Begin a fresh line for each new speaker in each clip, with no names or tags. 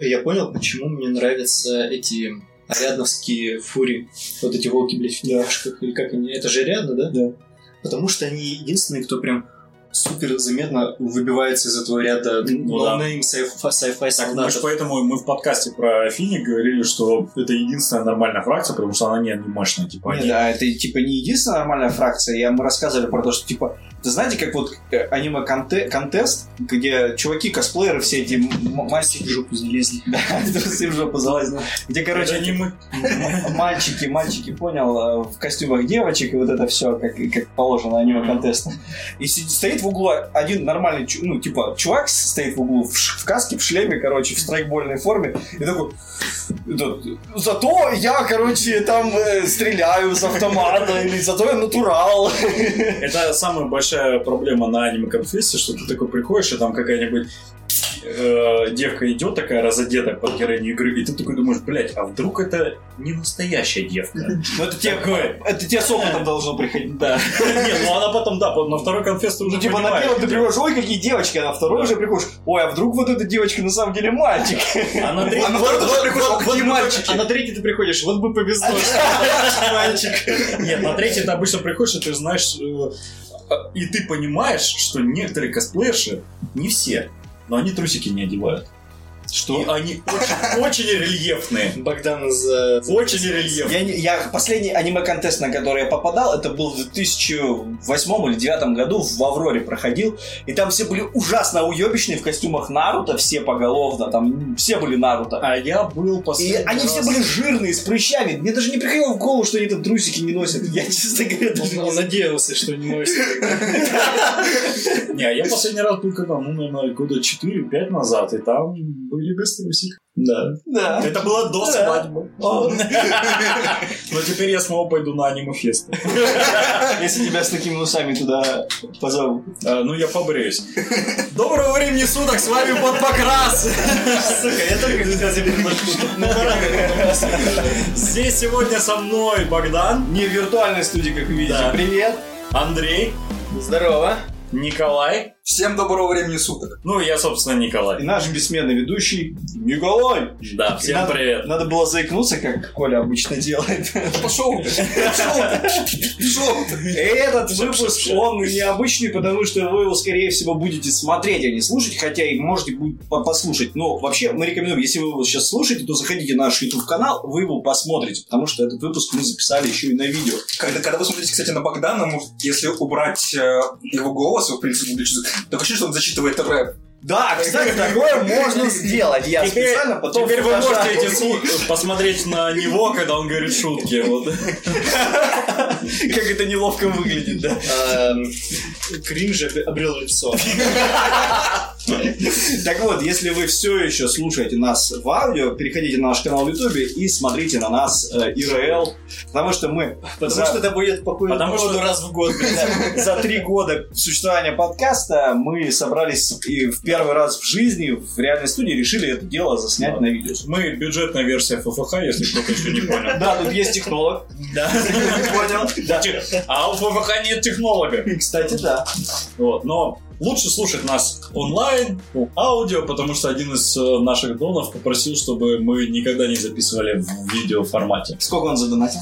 Я понял, почему мне нравятся эти рядновские фури. Вот эти волки, блядь, в фляжках. Или как они? Это же рядно, да?
Да.
Потому что они единственные, кто прям супер заметно выбивается из этого ряда
Ну да.
ноунейм сайф- сайфай
Так, мы
Ну
солдатов.
же поэтому мы в подкасте про Финик говорили, что это единственная нормальная фракция, потому что она не анимешная, типа
Не,
они-
Да, это типа не единственная нормальная фракция. Я, мы рассказывали про то, что типа, ты знаете, как вот э, аниме-контест, где чуваки, косплееры, все эти м- мальчики... В жопу залезли. Да, все в жопу залазили. Где, короче,
Это не мы.
м- мальчики, мальчики, понял, э, в костюмах девочек и вот это все, как, как положено аниме-контест. И си- стоит в углу один нормальный, чу- ну, типа, чувак стоит в углу в, ш- в каске, в шлеме, короче, в страйкбольной форме, и такой... «Да, Зато я, короче, там э, стреляю с автомата, или зато я натурал.
Это самая большая проблема на аниме конфессе, что ты такой приходишь, и там какая-нибудь э, девка идет такая разодета под героиню игры, и ты такой думаешь, блядь, а вдруг это не настоящая девка?
Ну, это тебе,
Такое.
это тебе с опытом должно приходить.
Да. Не, ну она потом, да, на второй конфесс ты
Ну,
уже
типа, на
понимаешь,
первом ты
где.
приходишь, ой, какие девочки, а на второй уже приходишь, ой, а вдруг вот эта девочка на самом деле мальчик.
А на третьем-
на второй тоже приходишь, «А какие мальчики.
А на третий ты приходишь, вот бы повезло.
Нет, на третий ты обычно приходишь, и ты знаешь, э, и ты понимаешь, что некоторые косплеерши, не все, но они трусики не одевают. И
Что?
они очень, очень рельефные.
Богдан э, за...
Очень рельефные.
Я, не- я- последний аниме-контест, на который я попадал, это был в 2008 или 2009 году в Авроре проходил, и там все были ужасно уебищные в костюмах Наруто, все поголовно, там все были Наруто.
А я был
И
последний
они
раз-
все были жирные, с прыщами. Мне даже не приходило в голову, что они там трусики не носят. Я, честно говоря, даже не
Он надеялся, что не носит.
Не, а я последний раз был когда, ну, наверное, года 4-5 назад, и там были без трусик. Да.
знаю.
Это было до
Да. А.
свадьбы. Но теперь я снова пойду на аниме-фест.
Если тебя с такими носами туда позову.
А, Ну, я побреюсь. Доброго времени суток, с вами под покрас.
Сука, я только сейчас тебе
Здесь сегодня со мной Богдан,
Не в виртуальной студии, как вы видите.
Да.
Привет.
Андрей,
Здорово.
Николай.
Всем доброго времени суток.
Ну, я, собственно,
И
Николай.
наш бессменный ведущий Николай.
Да, всем
Надо-
привет.
Надо было заикнуться, как Коля обычно делает.
Пошел ты, пошел ты, пошел ты.
И этот выпуск, он необычный, потому что вы его, скорее всего, будете смотреть, а не слушать, хотя и можете будет по- послушать. Но вообще мы рекомендуем, если вы его сейчас слушаете, то заходите на наш YouTube-канал, вы его посмотрите, потому что этот выпуск мы записали еще и на видео.
Когда, когда вы смотрите, кстати, на Богдана, может, если убрать э, его голос, вы, в принципе, будет чувствовать, так ощущение, что он зачитывает рэп.
Да, кстати, такое можно сделать. Я
Теперь-
специально потом...
Теперь вы
фотошапил.
можете эти слу- посмотреть на него, когда он говорит шутки. Вот.
Как это неловко выглядит, да?
Эм, Кринж об- обрел лицо.
Так вот, если вы все еще слушаете нас в аудио, переходите на наш канал в Ютубе и смотрите на нас э, ИРЛ, потому что мы
Потому
за-
что это будет покой
Потому что-
поводу раз в год.
за три года существования подкаста мы собрались и в первый раз в жизни в реальной студии решили это дело заснять на видео.
Мы бюджетная версия ФФХ, если кто-то еще не понял.
Да, тут есть технолог.
Да.
Понял? Да.
А у ФФХ нет технолога.
Кстати, да.
Вот, но лучше слушать нас онлайн, по аудио, потому что один из э, наших донов попросил, чтобы мы никогда не записывали в видео формате.
Сколько он задонатил?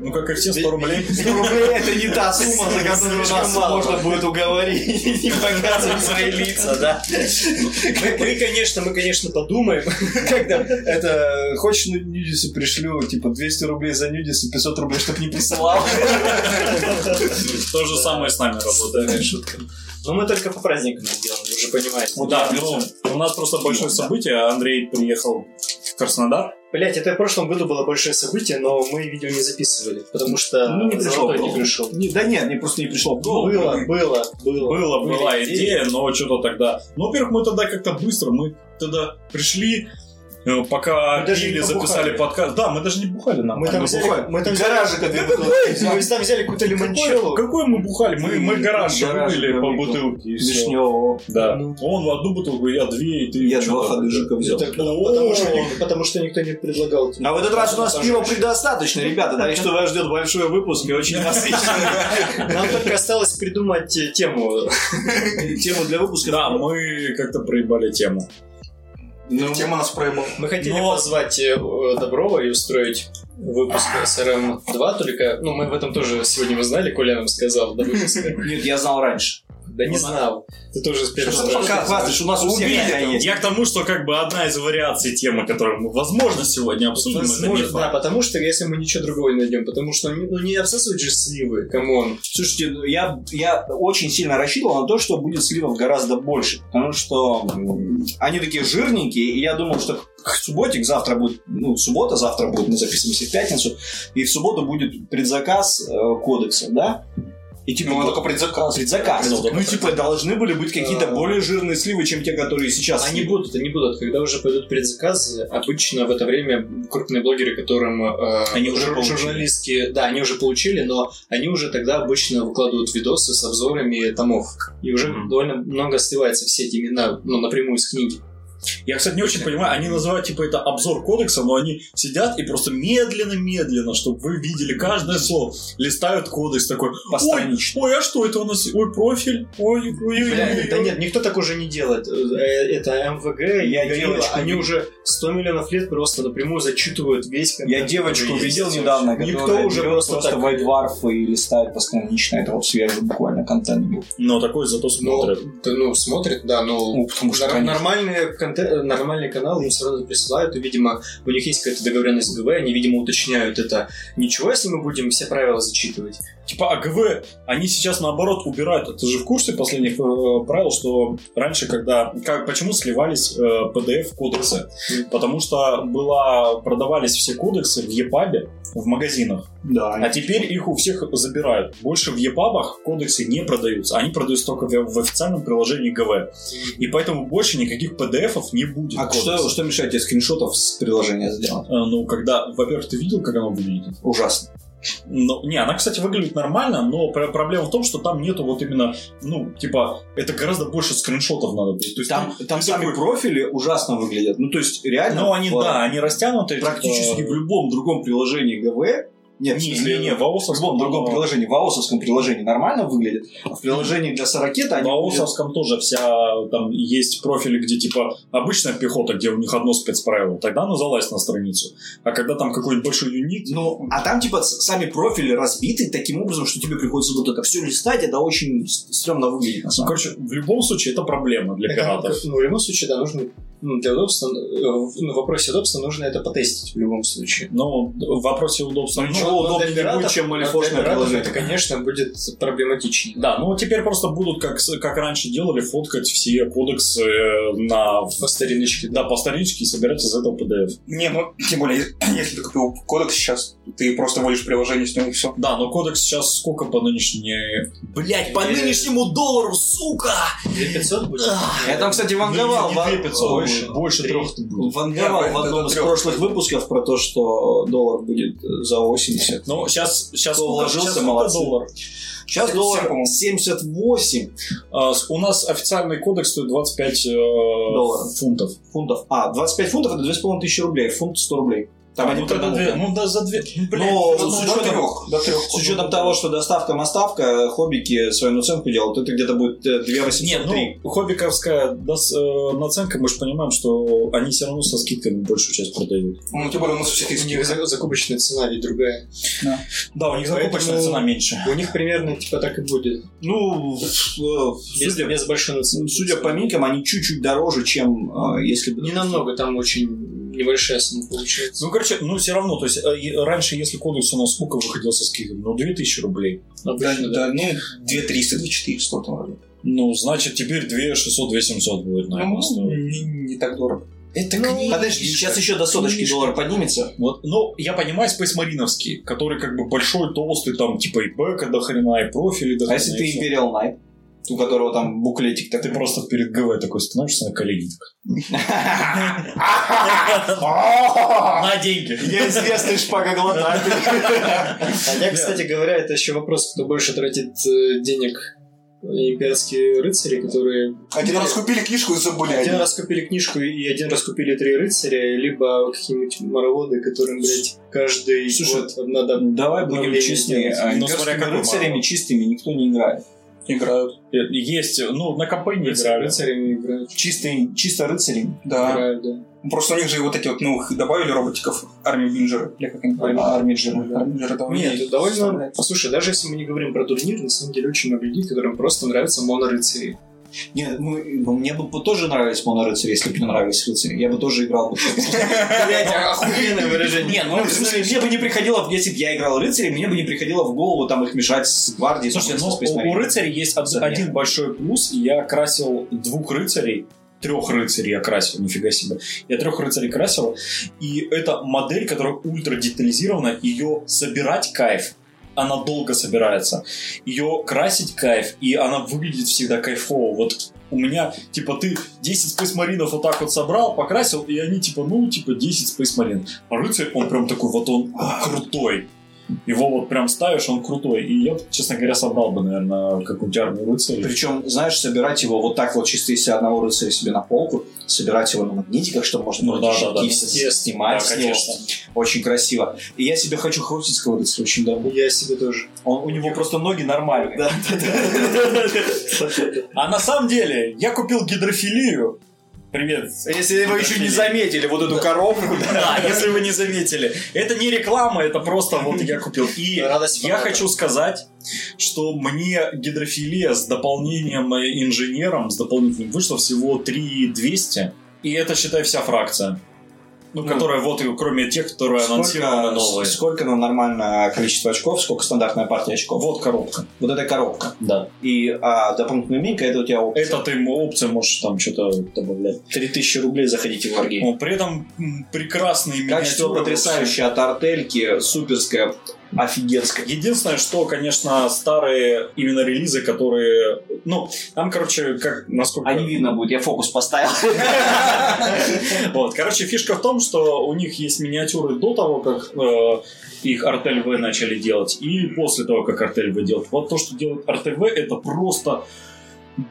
Ну, как и все 100 рублей.
100 рублей это не та сумма, за которую
Слишком
нас
мало.
можно будет уговорить и не показывать свои лица, да.
Мы, мы, конечно, мы, конечно, подумаем.
Как там, это, хочешь на нюдисы пришлю, типа, 200 рублей за нюдисы, 500 рублей, чтобы не присылал.
То же самое с нами работает.
Старая шутка. Но мы только по праздникам это делаем, вы уже понимаете.
Ну Да, ну, у нас просто большое событие. Андрей приехал в Краснодар.
Блять, это в прошлом году было большое событие, но мы видео не записывали, потому что
Ну, не пришло
золотой
в
не
голову.
пришел.
Не, Да нет, мне просто не пришло в
Ну,
голову.
было, было, было,
Была,
Были
была
идеи.
идея, но что-то тогда... Ну, во-первых, мы тогда как-то быстро, мы тогда пришли, э, пока
Мы даже
пили,
не побухали.
записали подкаст. Да, мы даже не бухали нам.
Мы там
Мы
взяли,
бухали.
мы там
Гаражик
взяли,
один
Да
был.
какой? Мы там взяли какую-то
Какой,
лимончеллу.
какой мы бухали? Мы, мы гараж
Гараж
выпили по
выпил.
бутылке. и всё.
Вишневого.
Да.
Ну.
Он в одну бутылку, я две, и ты...
Я
чё-то
два
такое.
ходыжика взял.
Это Потому, ну,
О.
потому что, ник- потому что никто не предлагал.
А в этот раз у нас
Тоже.
пива предостаточно, ребята, так что вас ждет большой выпуск и очень насыщенный.
Нам только осталось придумать э, тему.
Тему для выпуска.
Да, мы как-то проебали тему.
Ну, Тема нас проебала.
Мы хотели
Но-
позвать э, э, Доброва и устроить выпуск СРМ-2, только, ну, мы в этом тоже сегодня узнали, Коля нам сказал до выпуска.
Нет, я знал раньше.
Да не знал. Ты тоже
Что
спешно
ты
спрашиваешь.
показываешь?
Хвастаешь, у нас у всех
Убей
такая
этого.
есть.
Я к тому, что как бы одна из вариаций темы, которую мы, возможно, сегодня обсудим,
Возможно,
это не
да,
факт.
потому что если мы ничего другого не найдем, потому что ну, не обсасывать же сливы, камон.
Слушайте, ну, я, я очень сильно рассчитывал на то, что будет сливов гораздо больше, потому что м, они такие жирненькие, и я думал, что к- субботик завтра будет, ну, суббота завтра будет, мы записываемся в пятницу, и в субботу будет предзаказ э, кодекса, да? И типа
Ну,
вот-
только предзаказ.
предзаказ.
Предзаказ.
Ну, типа, должны были быть какие-то
А.
более жирные сливы, чем те, которые сейчас.
Они будут, они будут. Когда уже пойдут предзаказы, обычно в это время крупные блогеры, которым э,
Они уже
жур-
получили.
журналистки, да, они уже получили, но они уже тогда обычно выкладывают видосы с обзорами томов. И уже
Мгм.
довольно много сливается все эти имена, ну, напрямую из книги.
Я, кстати, не очень понимаю, они называют типа это обзор кодекса, но они сидят и просто медленно-медленно, чтобы вы видели каждое слово, листают кодекс такой. Ой,
Постранично.
ой, а что это у нас? Ой, профиль. Ой, ой, ой, ой,
Бля,
ой,
да
ой».
нет, никто так уже не делает. Э, Это МВГ,
Я
я делаю.
девочку
Они
вид-
уже 100 миллионов лет просто напрямую зачитывают весь
Я
контент,
девочку
который есть.
видел недавно,
Никто
которая
уже
берет
просто,
просто
так...
White Dwarf и листает постоянно. Это вот свежий буквально контент был.
Но такой зато
Ну,
смотрят.
да, ну, смотрит, да, но...
Ну, потому что,
Нар-
конечно,
нормальные, конте- нормальные каналы им сразу присылают, и, видимо, у них есть какая-то договоренность с ГВ, они, видимо, уточняют это. Ничего, если мы будем все правила зачитывать.
Типа АГВ, они сейчас наоборот убирают. Ты же в курсе последних э, правил, что раньше, когда... Как, почему сливались э, PDF-кодексы?
Мгм.
Потому что была, продавались все кодексы в ЕПАБе, в магазинах.
да,
А теперь их у всех забирают. Больше в ЕПАБах кодексы не продаются. Они продаются только в, в официальном приложении ГВ. И поэтому больше никаких PDF-ов не будет.
А
кодекса.
что, что мешает тебе скриншотов с приложения сделать?
Э, Ну, когда, во-первых, ты видел, как оно выглядит?
Ужасно.
Ну, не, она, кстати, выглядит нормально, но пр- проблема в том, что там нету вот именно, ну, типа, это гораздо больше скриншотов надо будет. То есть там,
Там, там сами
такой-
профили ужасно выглядят. Ну, то есть, реально...
ну, они,
в-
да, они растянуты.
Практически
типа,
в любом другом приложении ГВ... Нет, в
не,
смысле,
не, не, в
в любом
Аосовском,
другом
но-
приложении, в аосовском приложении нормально выглядит, а в приложении для сорокета
в
они...
Аосовском а тоже вся, там есть профили, где, типа, обычная пехота, где у них одно спецправило, тогда ну залазь на страницу. А когда там какой-нибудь большой юнит,
Ну, а там, типа, с- сами профили разбиты таким образом, что тебе приходится вот это все листать, это очень с- стрёмно выглядит, на
ну,
самом деле.
короче, в любом случае это проблема для
Это,
пиратов.
ну, в любом случае, да, нужно ну, для удобства, э, в ну, в вопросе удобства нужно это потестить в любом случае.
Но в вопросе удобства...
Ничего
Но- но
Ну, удобнее
Ну, для
не будет,
пиратов-
чем
но для
малифошное
пиратов
приложение.
Это, конечно, будет проблематичнее.
Да, ну теперь просто будут, как, с- как раньше делали, фоткать все кодексы э, на...
По стариночке, да.
Да, по старичке и собирать из этого PDF.
Не, ну, тем более, если ты купил кодекс сейчас, ты просто вводишь приложение с ним и все.
Да, но кодекс сейчас сколько по нынешней... Блять,
по
нынешнему доллару, сука!
2500 будет?
Я там, кстати,
Давал,
ванговал.
не
ва-
2500
больше.
будет, больше
Три.
трех будет.
Ванговал
Я
в одном
это
из
трёх.
прошлых выпусков про то, что доллар будет э, за 80.
Ну, сейчас... сейчас
Кто вложился, молодцы.
доллар?
Сейчас
Семь-
доллар
семь, по-моему.
78
А, с- у нас официальный кодекс стоит 25 э,
Долларов.
фунтов.
фунтов. А, 25 фунтов это 2500 тысячи рублей. Фунт 100 рублей. Там
А,
они
ну, тогда
придумали.
две- ну, да, за две...
Ну,
за одну
с
До
учетом-
доллару.
трех. До трех.
С учетом того, что доставка-моставка, хоббики свою наценку делают, это где-то будет э, 2803.
Нет, ну, хоббиковская дос- э, наценка, мы же понимаем, что они все равно со скидками большую часть продают.
Ну, тем более у нас у всех есть
У них
скидка.
за- закупочная цена ведь другая.
Да, у них закупочная
Поэтому-
цена меньше.
У них примерно типа так и будет.
Ну, э,
Без,
судя,
без большой наценки.
судя по минкам, они чуть-чуть дороже, чем э, если бы...
Не намного, там очень небольшая сумма получается.
Ну, короче, ну все равно, то есть э, и раньше, если кодекс у нас сколько выходил со скидками? Ну, 2000 рублей.
Да,
Обычно, да.
да, ну, 2300, 2400 в этом роде.
Ну, значит, теперь 2600-2700 будет, наверное,
Ну,
стоить.
не, не так дорого. Это
Ну, Подожди, сейчас еще до соточки
Книжка.
доллар поднимется.
Вот. Ну, я понимаю Space Мариновский, который как бы большой, толстый, там, типа и бэка до хрена, и профили до
А
хрена.
если
и
ты
всё.
Imperial Knight, у которого там буклетик
Ты
такой...
просто перед ГВ такой становишься на колени. На деньги.
Я известный шпагоглотатель.
Хотя, А кстати говоря, это еще вопрос, кто больше тратит э, денег. Имперские рыцари, которые
Один раз купили книжку и забыли.
один раз купили книжку и один раз купили три рыцаря, либо какие-нибудь мароводы, которым, блядь, каждый
Слушай,
год надо
Давай
Ну,
будем
я не
честны.
знаю.
а
Ну,
имперскими
смотря какой
рыцарями
мало.
чистыми никто не играет.
Играют.
Есть, ну, на компании
Рыцарь-
играли.
Рыцарями играют.
Чисто, чисто рыцарем.
Да.
Играют, да.
Просто у них же вот эти вот новых добавили роботиков армии Бинджера. Или как они
А?
правильно?
Армии Джима.
Армии Бинджера там
Нет,
есть.
это довольно...
Представляете?
Слушай, даже если мы не говорим про турнир, на самом деле очень много людей, которым просто нравятся монорыцари.
Нет, ну, мне бы тоже нравились монорыцари, если бы не нравились рыцари. Я бы тоже играл бы.
Блять, охуенное выражение.
Не, ну, в смысле, мне бы не приходило, если бы я играл рыцарем, мне бы не приходило в голову там их мешать с гвардией.
Слушайте,
там,
ну,
с Space
у,
Marine.
у рыцарей есть од-
Заметно.
один большой плюс. и Я красил двух рыцарей, трех рыцарей я красил, нифига себе. Я трех рыцарей красил, и это модель, которая ультра детализирована, ее собирать кайф. Она долго собирается. Ее красить кайф, и она выглядит всегда кайфово. Вот у меня, типа, ты 10 спейсмаринов вот так вот собрал, покрасил, и они, типа, ну, типа, 10 спейсмаринов. А рыцарь, он прям такой, вот он крутой его вот прям ставишь, он крутой. И я, честно говоря, собрал бы, наверное, какую-нибудь армию рыцарей.
Причем, знаешь, собирать его вот так вот, чисто если одного рыцаря себе на полку, собирать его на магнитиках, чтобы можно
Ну
было
да,
щитки
да, да.
все
Естественно,
Да,
снимать с него.
конечно.
Очень красиво. И я себе хочу хаотического рыцаря очень давно.
Я себе тоже.
Он, у него просто ноги нормальные.
А на самом деле, я купил гидрофилию. Привет.
Если вы еще не заметили вот эту коробку,
Да, если вы не заметили. Это не реклама, это просто вот я купил. И
Радость
я
фаната.
хочу сказать, что мне гидрофилия с дополнением э, инженером, с дополнительным вышло всего 3200. И это, считай, вся фракция. Ну,
Ну,
которая вот, и кроме тех, которые анонсированы
сколько,
новые.
сколько нам нормальное количество очков, сколько стандартная партия очков.
Вот коробка.
Вот эта коробка.
Да.
И а, дополнительная минка, это у тебя опция.
Это ты ему опции можешь там что-то добавлять.
3000 рублей заходите в Wargame.
Но при этом м, прекрасные
Качество
миниатюры.
потрясающее от артельки, суперское, офигенское.
Единственное, что, конечно, старые именно релизы, которые... Ну, там, короче, как... Насколько...
А не видно будет, я фокус поставил.
Вот, короче, фишка в том, что у них есть миниатюры до того, как э, их артель В начали делать, и после того, как артель В делают. Вот то, что делает артель В, это просто...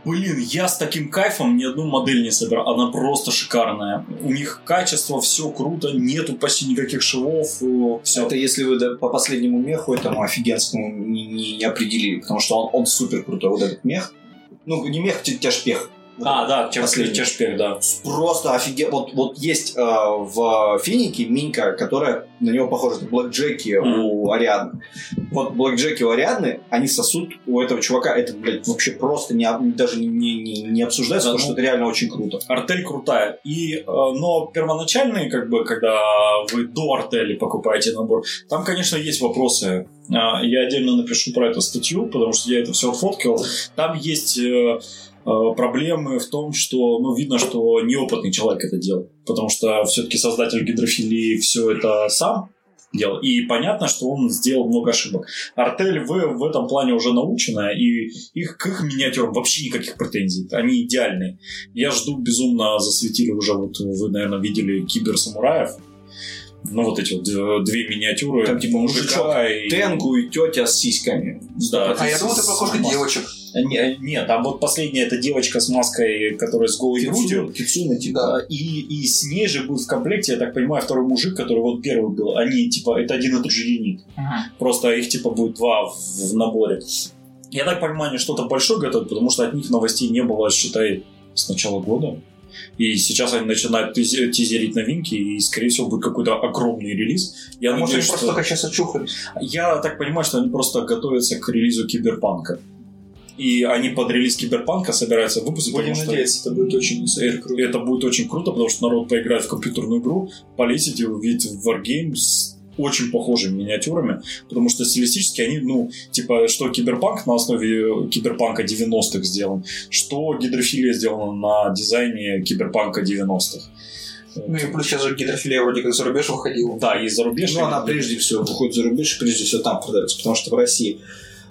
Блин, я с таким кайфом ни одну модель не собирал. Она просто шикарная. У них качество, все круто, нету почти никаких швов, э, все.
Это если вы да, по последнему меху этому офигенскому не, не- не определили, потому что он, он супер крутой, вот этот мех. Ну, не мех, тя- тяжпех. Вот
А, да,
Последний.
Тяжпель, Тяжпель, да.
Просто офиген... Вот, вот есть э, в Финике Минька, которая на него похожа, на Блэк Джеки
Мгм.
у Ариадны. Вот Блэк Джеки у Ариадны, они сосут у этого чувака. Это, блядь, вообще просто не, об- даже не, не, не обсуждается,
Да,
потому
ну.
что это реально очень круто.
Артель крутая. И, э, но первоначальные, как бы, когда вы до артели покупаете набор, там, конечно, есть вопросы. А, Я отдельно напишу про эту статью, потому что я это все фоткал. Там есть э, э, проблемы в том, что, ну, видно, что неопытный человек это делал. Потому что все-таки создатель гидрофилии все это сам делал. И понятно, что он сделал много ошибок. Артель в, в этом плане уже научена, и их, к их миниатюрам вообще никаких претензий. Они идеальны. Я жду безумно, засветили уже, вот вы, наверное, видели киберсамураев. Ну, вот эти вот э, две миниатюры.
Там, типа,
мужика и...
Тенгу и тетя с сиськами.
Да.
А я думал, ты похож на девочек.
Не- Нет, а вот последняя, это девочка с маской, которая с голой грудью.
Кицуна, типа.
Да.
А, И, и с ней же был в комплекте, я так понимаю, второй мужик, который вот первый был. Они, типа, это один и тот же юнит. Просто их, типа, будет два в, в наборе. Я так понимаю, они что-то большое готовят, потому что от них новостей не было, считай, с начала года. И сейчас они начинают тизе- тизерить новинки, и, скорее всего, будет какой-то огромный релиз. Я,
Может,
надеюсь,
они просто
что-
только сейчас очухались.
я так понимаю, что они просто готовятся к релизу Киберпанка. И они под релиз Киберпанка собираются выпустить,
Будем
потому что
надеяться, это будет очень
это,
круто.
это будет очень круто, потому что народ поиграет в компьютерную игру, полетит и увидит Wargame с очень похожими миниатюрами, потому что стилистически они, ну, типа, что киберпанк на основе киберпанка 90-х сделан, что гидрофилия сделана на дизайне киберпанка 90-х.
Ну и плюс сейчас же гидрофилия вроде как за рубеж выходила.
Да, и зарубеж.
Ну, она прежде всего выходит за рубеж, и прежде всего там продается, потому что в России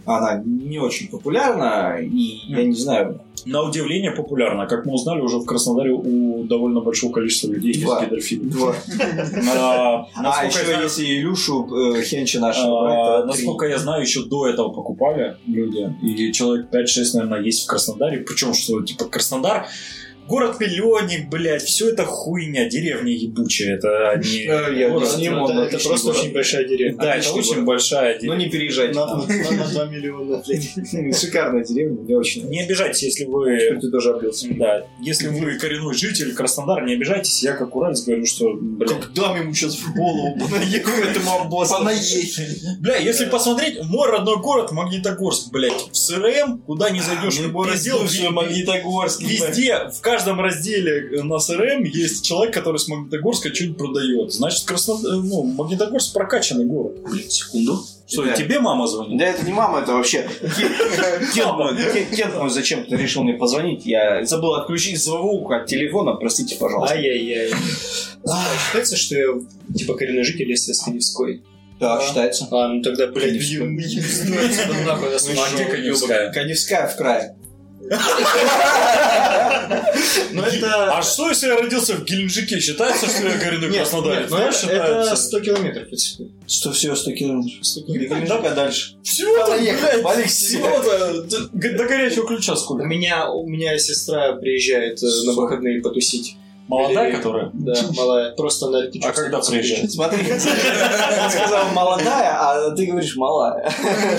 она не очень популярна, и я не знаю,
На удивление популярна. Как мы узнали, уже в Краснодаре у довольно большого количества людей
Два.
есть гидрофилия.
два
А,
А,
насколько я
еще
знаю,
если Илюшу э, Хенча нашего
А,
брать, то три.
Насколько я знаю, еще до этого покупали люди. И человек 5-6, наверное, есть в Краснодаре. Причем, что типа Краснодар Город миллионник, блядь, все это хуйня, деревня ебучая, это одни...
Э, я
город.
с ним он
это, это
отличный
просто
город.
очень большая деревня.
Да, это
отличный
очень
город.
большая
Но
деревня.
Ну, не переезжайте.
На,
там.
на- на 2 миллиона.
Шикарная деревня, мне очень
Не обижайтесь, если вы...
нравится. Ты тоже облился.
Да, если вы коренной житель Краснодара, не обижайтесь, я как уральц говорю, что, блядь,
Как дам ему сейчас в голову, понаехал этому обоссу.
Понаехали.
Бля, если посмотреть, мой родной город Магнитогорск, блядь. В СРМ, куда не зайдешь, в любой раздел, ви-
ну, Магнитогорск.
везде, в каждом разделе э, на СРМ есть человек, который с Магнитогорска что-нибудь продает. Значит, Красно... э, ну, Магнитогорск прокачанный город. Блядь, секунду. Что,
Да.
тебе мама звонит?
Да это не мама, это вообще. Кент- Кент мой- Кент Кент мой зачем-то решил мне позвонить. Я забыл отключить звук от телефона, простите, пожалуйста.
Ай-яй-яй. А Считается, что я типа коренной житель, если я с Киевской.
Да, считается.
А, ну тогда, блядь,
Киевской.
ем- ем- отсюда типа, нахуй, я
Ну, а где
слышал,
Коневская?
Коневская в крае.
ёбок. Ну это...
А что, если я родился в Геленджике? Считается, что я коренной
Нет,
краснодарец?
нет, ну, это-
Знаешь,
это
считается.
100 километров. отсюда.
Что все, 100 километров.
Ну,
Геленджика дальше.
Всего-то,
Поехали,
блядь,
Алексей.
всего-то. Д- г- До горячего ключа
У
сколько?
меня, у меня сестра приезжает э, на
Сука.
выходные потусить.
Молодая, которая?
Да, малая. Просто она...
А когда приезжает?
Смотри, он сказал молодая, а ты говоришь малая.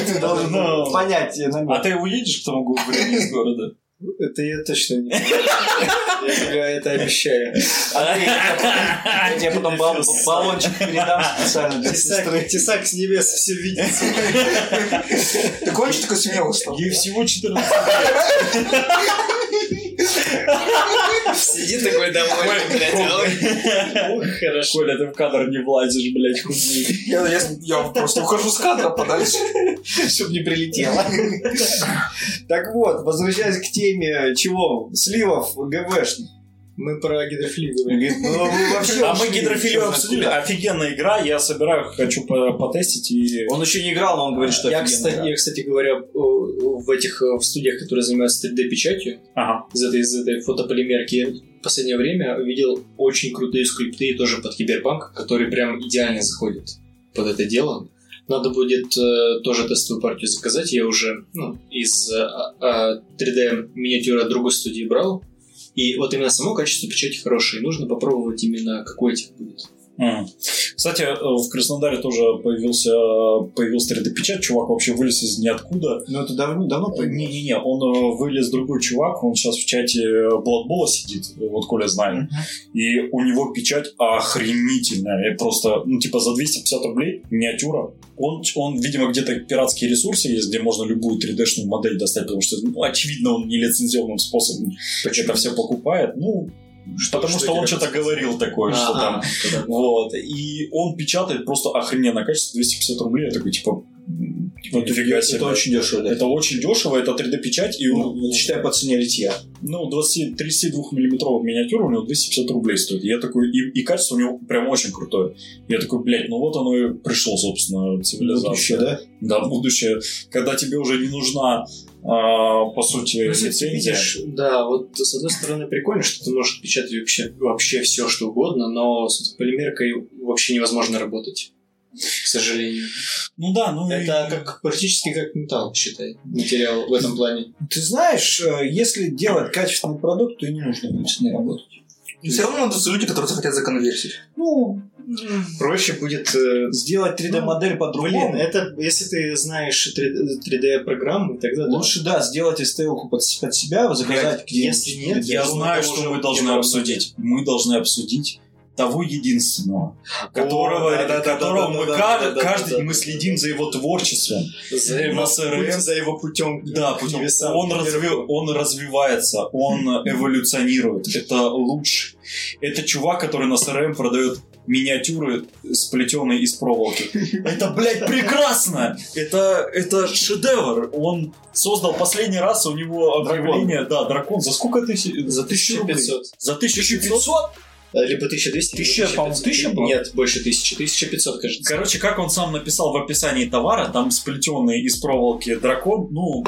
Ты должен
Ну.
понять
А
намек.
ты уедешь к тому гу- времени из города?
Это я точно не... Я тебе это обещаю.
Андрей, Я тебе потом бал- баллончик передам специально для сестры.
Тесак, тесак с небес все видит.
Ты кончишь такой смело стал?
Ей всего 14.
Сиди такой домой, блядь. Хорошо.
Коля, ты в кадр не влазишь, блядь, хуй.
Я, я- я просто ухожу с кадра подальше.
чтобы не прилетело. Так вот, возвращаясь к теме чего? Сливов ГВшных.
Мы про гидрофилию говорим.
Говорит, ну вы вообще
А мы
ушли,
гидрофилию
чё
обсудили.
знает
Офигенная игра, я собираю, хочу по- потестить и...
куда. Он еще не играл, но он говорит, что
Я
офигенно
кстати, я, кстати говоря, э, в этих э, в студиях, которые занимаются 3D-печатью,
Ага.
из этой, из этой фотополимерки, я в последнее время видел очень крутые скульпты тоже под киберпанк, которые прям идеально заходят под это дело. Надо будет э, тоже тестовую партию заказать. Я уже ну, из а, 3D-миниатюра другой студии брал. И вот именно само качество печати хорошее. Нужно попробовать именно какой тип будет.
М. Кстати, э, в Краснодаре тоже появился, э, появился 3D-печать. Чувак вообще вылез из ниоткуда.
Ну это давно, давно появилось.
Не-не-не, он э, вылез другой чувак, он сейчас в чате Бладбола сидит, э, вот Коля знает. И у него печать охренительная. И просто, ну, типа, за 250 рублей миниатюра. Он, он, видимо, где-то пиратские ресурсы есть, где можно любую 3D-шную модель достать, потому что, ну, очевидно, он нелицензионным способом это все покупает. Ну, потому что,
что
он
тебе
что-то говорил такое,
А,
что там вот. И он печатает просто охрененно качество 250 рублей. Я такой, типа, м, вот нифига
Это
себе.
очень дешево, да.
Это очень дешево, это 3D-печать, и
Ну,
он,
вот считай по цене литья.
ну, 20 32-миллиметровая миниатюра у него 250 рублей стоит. Я такой, и, и качество у него прям очень крутое. Я такой, блядь, ну вот оно и пришло, собственно,
Будущее,
цивилизация.
да?
Да, будущее, когда тебе уже не нужна, а, по сути,
Ну, если ты
лицензия.
видишь, да, вот с одной стороны прикольно, что ты можешь печатать вообще, вообще все, что угодно, но с полимеркой вообще невозможно работать. К сожалению.
Ну да, ну и-
Это как, практически как металл, считай, материал в этом плане.
Ты знаешь, э, если делать качественный продукт, то и не нужно медицинной работать.
Все равно найдутся люди, которые захотят законверсить.
Ну,
Проще будет... э,
сделать 3D-модель
Блин,
по-другому.
это если ты знаешь 3D-программы, тогда да.
Лучше, да, сделать STL-ку под, под себя, заказать где-нибудь.
если нет,
Я знаю,
того
что
же
мы должны
Германа.
обсудить. Мы должны обсудить того единственного, которого,
да, да, да,
которого
да,
мы
да,
ка-
да, да,
каждый
да, да.
мы следим за его творчеством.
За
На
его,
СРМ.
путь- за его путем.
Да,
к
путем-
небесам.
он, разви- он развивается, он эволюционирует. Это лучше. Это чувак, который на СРМ продает миниатюры, сплетенные из проволоки. Это, блядь, прекрасно! Это, это шедевр. Он создал последний раз у него объявление. Да, дракон. За сколько тысяч?
За
рублей?
1500.
За 1500?
А, Либо 1200, либо
Тысяча, по-моему,
1500.
тысяча была?
Нет, больше 1000. 1500, кажется.
Короче, как он сам написал в описании товара, там сплетенный из проволоки дракон, ну,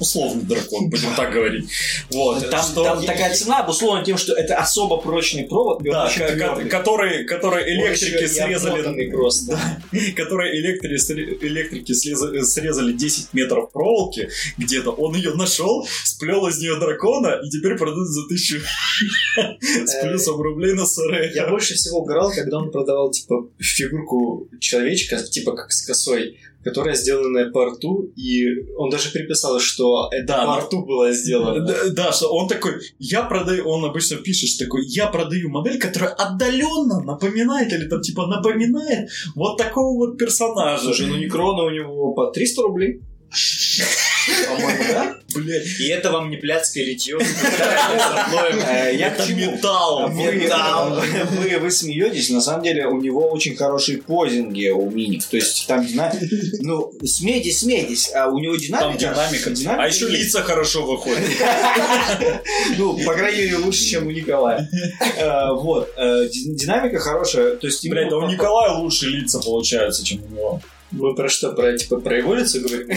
условный дракон, будем так говорить. Вот.
Там,
что-
там такая цена обусловлена тем, что это особо прочный провод. и он
Да,
очень
ко- ко-
твердый.
который, который электрики срезали,
срезанный просто.
которые электри- сре- электрики слеза- э, срезали 10 метров проволоки где-то, он ее нашел, сплел из нее дракона и теперь продают за тысячу
Э,
с плюсом рублей на сыры.
Я больше всего угорал, когда он продавал, типа, фигурку человечка, типа, как с косой, которая сделанная по рту, и он даже приписал, что это
Да,
по
но-
рту было сделано.
Да, да, что он такой, я продаю, он обычно пишет что такой, я продаю модель, которая отдаленно напоминает, или там типа напоминает вот такого вот персонажа.
Слушай, ну Некрона у него по 300 рублей.
По-моему, да?
Блядь,
И это вам не пляцкое литье.
Э, Я к
это
чему?
металл.
Вы,
металл.
вы, вы смеетесь, на самом деле у него очень хорошие позинги у миник. То есть там динамика. Ну, смейтесь, смейтесь, а у него
Там
динамика.
динамика.
динамика
А еще
есть.
лица хорошо выходят.
Ну, по крайней мере, лучше, чем у Николая. Э, Вот. э, ди- Динамика хорошая. То есть, ему-
Блядь, да у Николая лучше лица получаются, чем у него.
Мы про что? Про, типа, про его лицо говорим?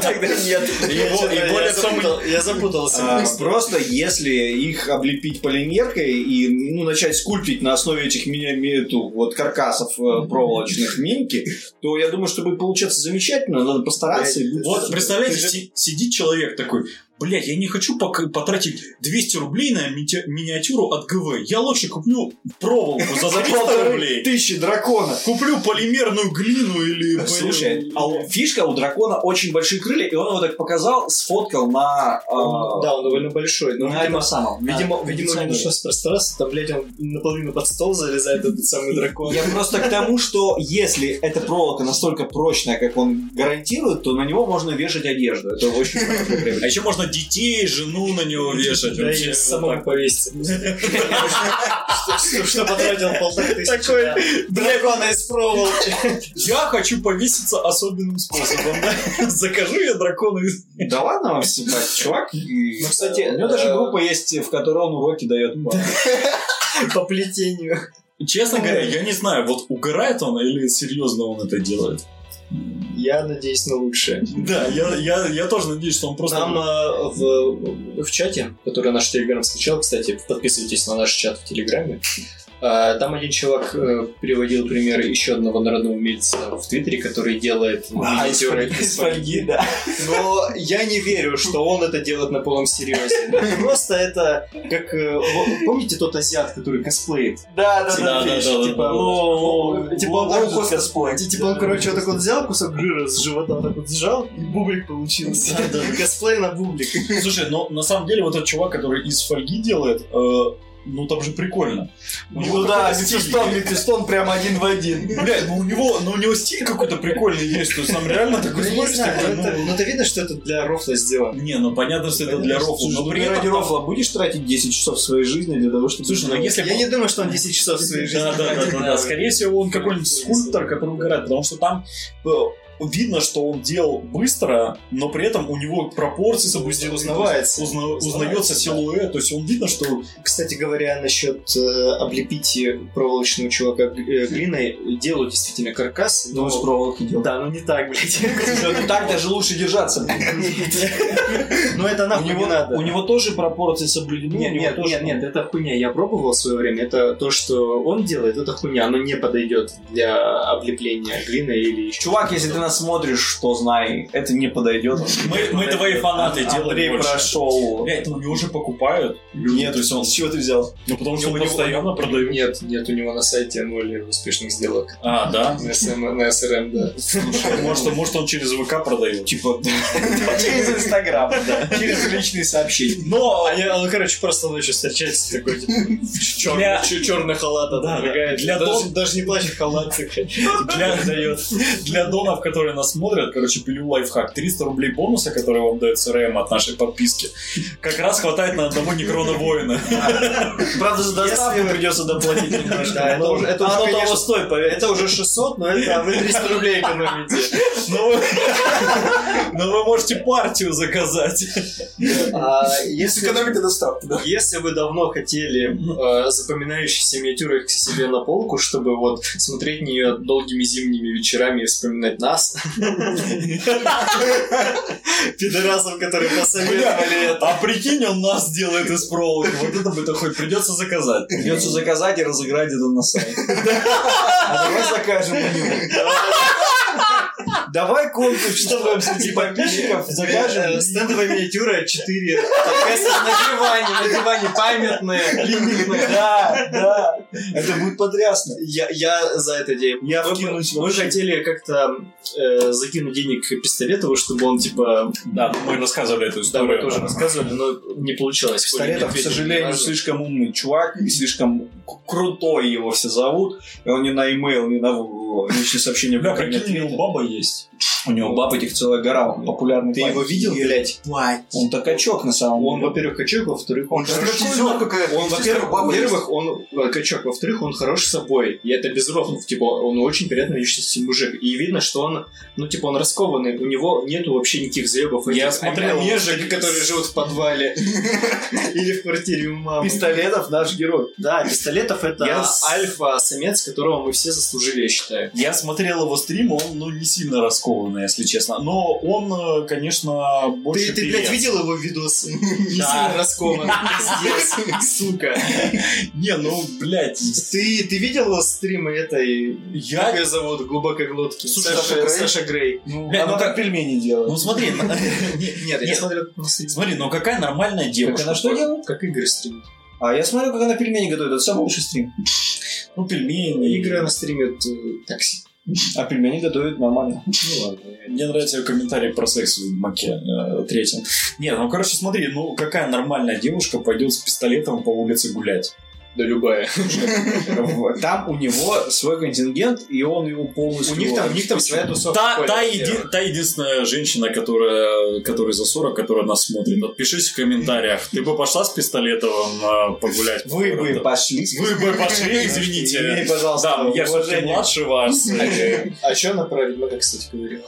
Тогда нет.
Я
Его-
что-то-
его
я
лицо
запутал- Я
А,
запутался.
Просто если их облепить полимеркой и ну, начать скульптить на основе этих ми- ми- эту, вот каркасов э, проволочных минки, то я думаю, что будет получаться замечательно, надо постараться. и будет
Вот,
всё.
представляете, си- сидит человек такой, блядь, я не хочу пок- потратить 200 рублей на мити- миниатюру от ГВ. Я лучше куплю проволоку за 300
Полторы
рублей.
тысячи дракона.
Куплю полимерную глину или...
Слушай, а у- фишка у дракона очень большие крылья, и он его так показал, сфоткал на... э,
Он- А, Да, он довольно большой, но,
на этом
видимо,
самом. на
Видимо, видимо, у него
кондиционере.
что с пространства, там, блядь, он наполовину под стол залезает, этот самый дракон.
Я просто к тому, что если эта проволока настолько прочная, как он гарантирует, то на него можно вешать одежду. Это очень хорошая
А еще можно детей, жену на него вешать.
Да,
вообще.
и самому повеситься. Что- Что потратил полторы тысячи.
Такой,
да. дракона из проволоки.
Я хочу повеситься особенным способом. да. Закажу я дракона из...
Да ладно вам снимать, чувак. И-
Ну, кстати,
у него даже
э,
группа есть, в которой он уроки дает. по-
По плетению.
Честно говоря, я не знаю, вот угорает он или серьезно он это делает.
Я надеюсь на лучшее.
Да, я, я, я тоже надеюсь, что он просто...
Нам э, в, в чате, который наш телеграм скачал, кстати, подписывайтесь на наш чат в телеграме. э, Там один чувак э, приводил примеры еще одного народного умельца в Твиттере, который делает миниатюры А, из фольги.
да.
Но я не верю, что он это делает на полном серьезе. Просто это как... э, во- Помните тот азиат, который косплеит?
Да, да,
Типа,
да.
да, да,
типа,
да.
о,
Типа
типа,
он
он
такой
так
косплей.
вот- Типа он, короче, вот так вот взял кусок жира с живота, вот так вот сжал, и бублик получился. Косплей на бублик.
Слушай, но на самом деле вот этот чувак, который из фольги делает, э, ну там же прикольно. У него
Ну да,
какой-то стиль.
Лепестон, Лепестон прям один в один.
Бля, ну у него, ну у него стиль какой-то прикольный есть, то есть там реально такой
Ну, я не
смотришь,
знаю,
такой,
ну,
ну,
это- ну, это видно, что это для рофла сделано.
Не, ну понятно, что это для рофла,
Слушай,
но
ну
при
ты ради
этом... там-
рофла будешь тратить 10 часов своей жизни для того, чтобы...
Слушай, ну
сделать?
если...
Я не думаю, что он 10 часов своей жизни
Да, да, да,
тратит
да,
на-
да. Скорее всего, он какой-нибудь скульптор, который угорает, потому что там э, видно, что он делал быстро, но при этом у него пропорции соблюдены.
Узнавается.
Узна-
Узнавается,
узнается
да.
силуэт, то есть он видно, что
Кстати говоря, насчет э, облепить проволочного чувака э, глиной, делают действительно каркас,
Ну,
но...
из проволоки делать.
Да, ну не так, блядь.
Ну, Так даже лучше держаться.
Ну это
у,
нахуй
него,
не надо.
у него тоже пропорции соблюдены. у
Нет,
него
нет,
тоже,
нет,
ну,
нет, это хуйня. Я пробовал в свое время. Это то, что он делает, это хуйня. Оно не подойдет для облепления глиной или еще.
Чувак, если ты нас смотришь, что знай, это не подойдет.
мы, мы твои фанаты
Андрей
делаем больше.
прошел.
Блядь, ну у него же покупают.
Нет,
то есть он...
с чего ты взял?
Ну потому что
у
он
него-
постоянно продают.
Нет, нет, у него на сайте ноль успешных сделок.
А, да?
На СМ на СРМ, да.
Может, может он через ВК продает.
Типа, через Инстаграм, да, через личные сообщения.
Но...
Они, он, А ну, короче, просто ночью встречается такой, типа,
Для-
черный халат отодвигает.
для
даже,
дом-
даже не плачет халат,
Для-
для... дает.
Для донов, которые нас смотрят, короче, пилю лайфхак. 300 рублей бонуса, который вам дает СРМ от нашей подписки, как раз хватает на одного Некрона Воина.
Правда, за доставку придется доплатить немножко.
Да, а это
но
уже- Ну, это уже,
оно того
конечно,
стоит, поверь. Это уже
600, но это вы 300 рублей экономите.
Но вы, но вы можете партию заказать.
А если
Экономика доставки, да.
Если вы давно хотели э, запоминающиеся миниатюры к себе на полку, чтобы вот смотреть на нее долгими зимними вечерами и вспоминать нас, пидорас. Пидорасов, которые посоветовали это.
А прикинь, он нас делает из проволоки. Вот это бы-то хоть придется заказать.
Придется заказать и разыграть это на сайте. А давай закажем у него. Давай конкурс, чтобы обсудить подписчиков,
Э,
закажем.
Стендовая миниатюра 4. Подкасты на диване, на диване памятные, лимитные.
Да, да. Это будет потрясно.
Я, я за это идею.
Я
мы,
вкинусь
мы
вообще.
хотели как-то э, закинуть денег Пистолетову, чтобы он, типа,
Да, мы рассказывали эту
да, мы
историю.
тоже рассказывали, но не получилось. Коля не
Пистолетов, к
ответил ни
сожалению,
разу.
слишком умный чувак, и слишком к- крутой его все зовут. И он ни на e-mail, ни на в- в личные сообщения.
Бля,
в интернете
прикинь,
не
у
ну.
него
ответит.
баба есть.
У него баб этих целая гора, он популярный.
Ты
парень.
его видел, блядь?
Он то качок на самом
Он,
деле.
во-первых, качок, во-вторых,
Он же стриптизер какая-то.
Он, во-первых,
баба есть.
во-первых, он э, качок, во-вторых, он хорош собой, и это без рофлов, типа, он очень приятный личности мужик, и видно, что он, ну, типа, он раскованный, у него нету вообще никаких заебов.
Я
этих
смотрел
ежик, которые живут в подвале или в квартире у мамы.
Пистолетов наш герой.
Да, пистолетов это
Я с-
альфа-самец, которого мы все заслужили, я считаю.
Я смотрел его стрим, он, ну, не сильно раскованный, если честно. Но он, э, конечно, больше
Ты, ты,
певец.
блядь, видел его видос? Не
Да.
сильно раскован. Пиздец, сука.
Не, ну, блядь,
Ты, ты видел стримы этой...
Я-
Как ее зовут? Глубокоглотки.
Слушай,
Саша,
Саша Грей?
Саша Грей.
Ну,
Бля,
она
ну
так
как-
пельмени делает.
Ну смотри, на-
Нет, нет, я
Нет.
смотрел на
смотри, ну какая нормальная
Как
девушка.
она что делает?
Как игры стримит.
А я смотрю, как она пельмени готовит. Это самый лучший стрим.
Ну пельмени.
Игры она стримит э, такси.
А пельмени готовит нормально.
Ну ладно.
Мне нравится ее комментарий про секс в маке э, третьем. Нет, ну короче, смотри, ну какая нормальная девушка пойдет с пистолетом по улице гулять?
Да любая.
Вот. Там у него свой контингент, и он его полностью...
У них там, у них там своя тусовка.
Та,
Коля,
та,
во-первых.
еди- та единственная женщина, которая, которая за 40, которая нас смотрит, отпишись в комментариях. Ты бы пошла с пистолетом э, погулять? по
Вы бы
городу?
пошли.
Вы бы пошли, извините.
Имей, пожалуйста,
Да, я все-таки
уважение.
младше вас. э,
А что она про ведьмака, кстати, говорила?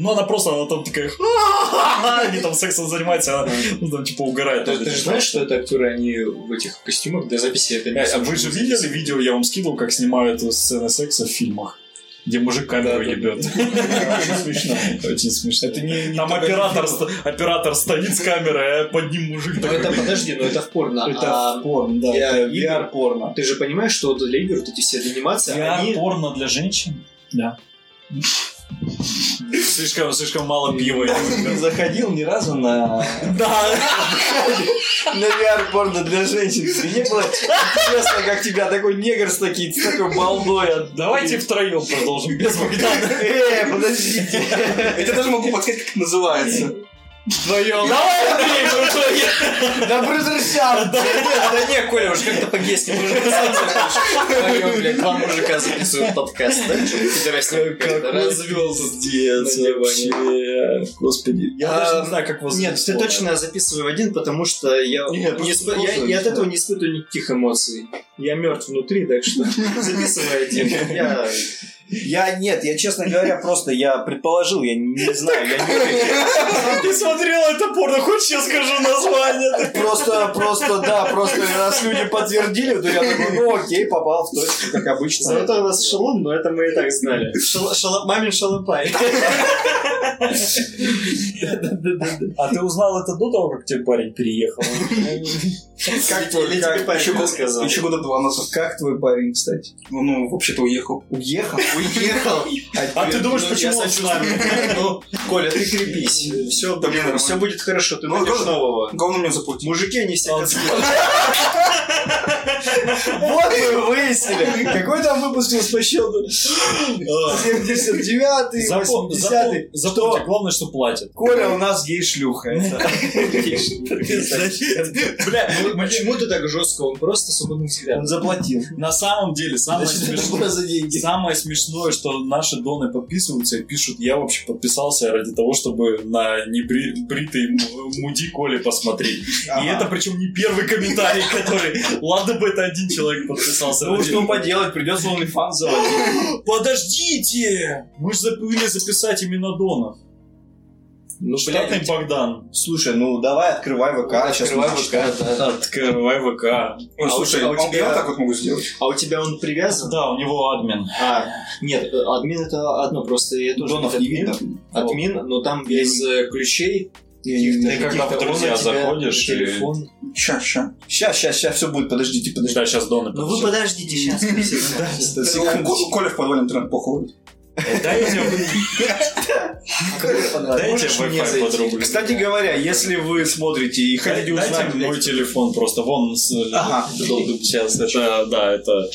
Ну, она просто, она там такая, «Ха-ха-ха-ха», они там сексом занимаются, она, ну, там, типа, угорает.
А Ты, ты же знаешь, что это актеры, они в этих костюмах для записи это
Э, а вы же видели видео, я вам скидывал, как снимают э, сцены секса в фильмах? Где мужик камеру
Да, да.
ебет.
Очень смешно.
Очень смешно.
Это не... не
Там
только-
оператор, ст- оператор стоит с камерой, а под ним мужик
Ну это
такой.
подожди, но это в порно.
Это
А
порно, да.
я
Это
видел.
VR-порно.
ты же понимаешь, что вот для игр вот эти все анимации,
Я
они...
порно для женщин? Да. Слишком, слишком мало пива. я
Не
думаю.
заходил ни разу на...
Да.
На VR-порно для женщин. Тебе не было интересно, как тебя такой негр с таким, с такой балдой от...
Давайте втроем продолжим без Богдана.
Э, подождите.
Я тебе даже могу подсказать, как это называется.
Вдвоем.
Давай, Андрей, мы втроем.
Да брызжал.
Да не, Коля, уж как-то по-гейски мужик Вдвоем, блядь, два мужика записывают подкаст, да? Пидорасник развел
Пиздец
На диване.
вообще. Господи. Я
А,
даже не знаю, как вас
Нет, ты
зовут.
точно записывай в один, потому что я,
Нет,
не
просто
испы- я-
просто
я от
записывай.
этого не испытываю никаких эмоций. Я мертв внутри, так что записывай один. Я-
Я нет, я, честно говоря, просто я предположил, я не знаю, я не уверен.
Ты смотрел это порно, хочешь я скажу название?
Просто, просто, да, просто раз люди подтвердили, то я такой, ну окей, попал в точку, как обычно.
Зато у нас шалун, но это мы и так знали. Шала- шала- Мамин шалопай.
А ты узнал это до того, как тебе парень переехал?
Как
твой-
или тебе
как-
парень
Типа, еще год-
рассказал?
Еще года два назад.
Как твой парень, кстати?
Ну, ну, вообще-то уехал.
Уехал?
Уехал.
А ты думаешь,
Ну,
почему
я
он с нами?
сочувствую. Ну, Коля, ты крепись.
Э,
Все,
Да, блин,
все будет хорошо, ты
Ну,
найдешь
тоже-
нового.
Говно мне заплатил.
Мужики, они все
А Он
козлы.
Вот мы выяснили. Какой там выпуск у нас по счету?
А.
79-й,
Запом-
80-й.
запом- Запомните, главное, что платят.
Коля у нас гей-шлюха. Это-
Бля,
Ну, Почему ты так жестко? Он просто свободный взгляд.
Он заплатил.
на самом деле, самое
Значит, это
смешное...
было за деньги.
Самое смешное, что наши доны подписываются и пишут, я вообще подписался ради того, чтобы на небритый муди Коли посмотреть. И это причем не первый комментарий, который... Ладно бы это один человек подписался.
Ну
ради
что поделать, придется OnlyFans заводить.
Подождите! Мы же забыли записать имена Донов.
Ну,
Штатный
блядь,
Богдан.
Слушай, ну давай открывай ВК. сейчас
открывай
мы
ВК,
почитаем.
да.
Открывай ВК.
Ой,
А
слушай,
у- а у
а
тебя-
я так вот могу сделать.
А у тебя он привязан?
Да, у него админ.
А, нет, э, админ это одно, просто я тоже...
Донов не
админ,
видно.
Админ, но там без э, ключей.
Ты когда в друзья заходишь и-
телефон.
Ща, ща.
Сейчас, сейчас, сейчас все будет, подождите, подождите.
Да, сейчас Дон и
Ну вы
подождет.
подождите сейчас.
Да, секундочку.
Ко- Коля в подвале интернет плохо ловит.
Дайте дайте Wi-Fi под рубль.
Кстати говоря, если вы смотрите и хотите
Дайте
узнать...
мне мой телефон просто, вон с-
Ага.
сейчас, это, да, это...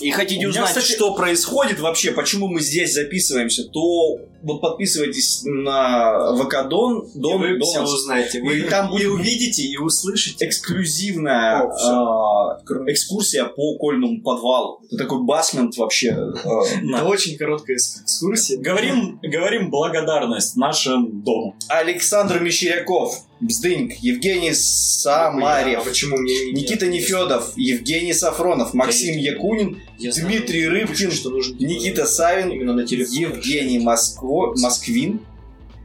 И хотите
У меня,
узнать,
кстати-
что происходит вообще, почему мы здесь записываемся, то вот подписывайтесь на ВК Дон, Дон,
Вы
Дон.
все узнаете. Вы
И там
и
будет
увидите, и услышите.
эксклюзивная
О, всё.
а, экскурсия по кольному подвалу. Это такой басмент вообще. э,
на.
Это очень короткая экскурсия.
Говорим, говорим благодарность нашим Дону.
Александр Мещеряков, Бздыньк, Евгений
А
Самарев,
Почему мне
Никита Нефедов, Евгений Сафронов, Максим
Я-
Якунин,
Я
Дмитрий Рыбкин,
что нужно
Никита Савин,
именно на телефон.
Евгений Москво- Москвин,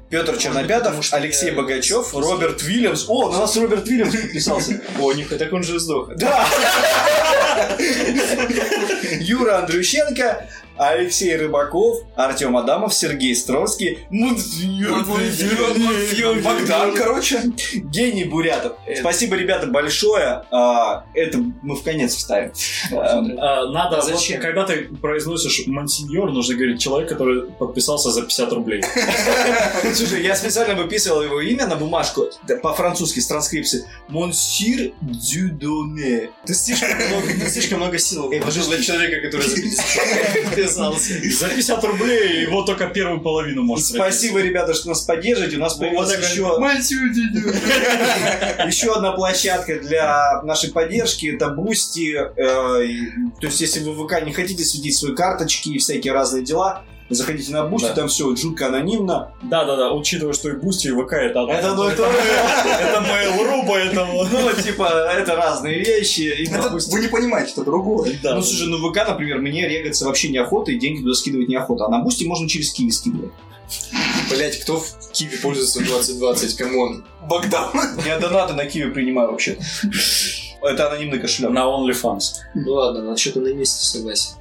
Петр
быть, потому
Чернобятов,
что
Алексей
я-
Богачев, Роберт Вильямс. О, на нас Роберт Вильямс подписался.
О, них так он же сдох.
Да! Юра Андрющенко, Алексей Рыбаков, Артем Адамов, Сергей Стровский,
Богдан,
Богдан,
короче.
Гений Бурятов.
Э.
Спасибо, ребята, большое. А, Это мы в конец вставим. А,
А, Надо, вот,
Зачем?
когда ты произносишь «монсеньор», нужно говорить «человек, который подписался за 50 рублей».
Слушай, я специально выписывал его имя на бумажку да, по-французски с транскрипции. Монсир Дюдоне.
Ты слишком много, ты слишком много сил.
Эй, подожди,
для человека, который записался.
За 50 рублей его только первую половину может
Спасибо, ребята, что нас поддерживаете. У нас
Ну,
появилась
вот так
еще... Еще одна площадка для нашей поддержки это Бусти. э, То есть, если вы в ВК не хотите светить свои карточки и всякие разные дела, заходите на Бусти,
Да.
там все жутко анонимно.
Да-да-да, учитывая, что и Бусти, и ВК это... одно.
Это одно и то же.
Это Mail.ru, поэтому...
Ну, типа, это разные вещи. И на
Это
Boosty-
вы не понимаете, это другое.
Да.
Ну, слушай, ну ВК, например, мне регаться вообще неохота, и деньги туда скидывать неохота. А на Бусти можно через Киви скидывать.
Блять, кто в Киеве пользуется 2020, камон.
Богдан.
Я донаты на Киви принимаю вообще. Это анонимный кошелек.
на OnlyFans.
Ну ладно, на что-то на месте согласен.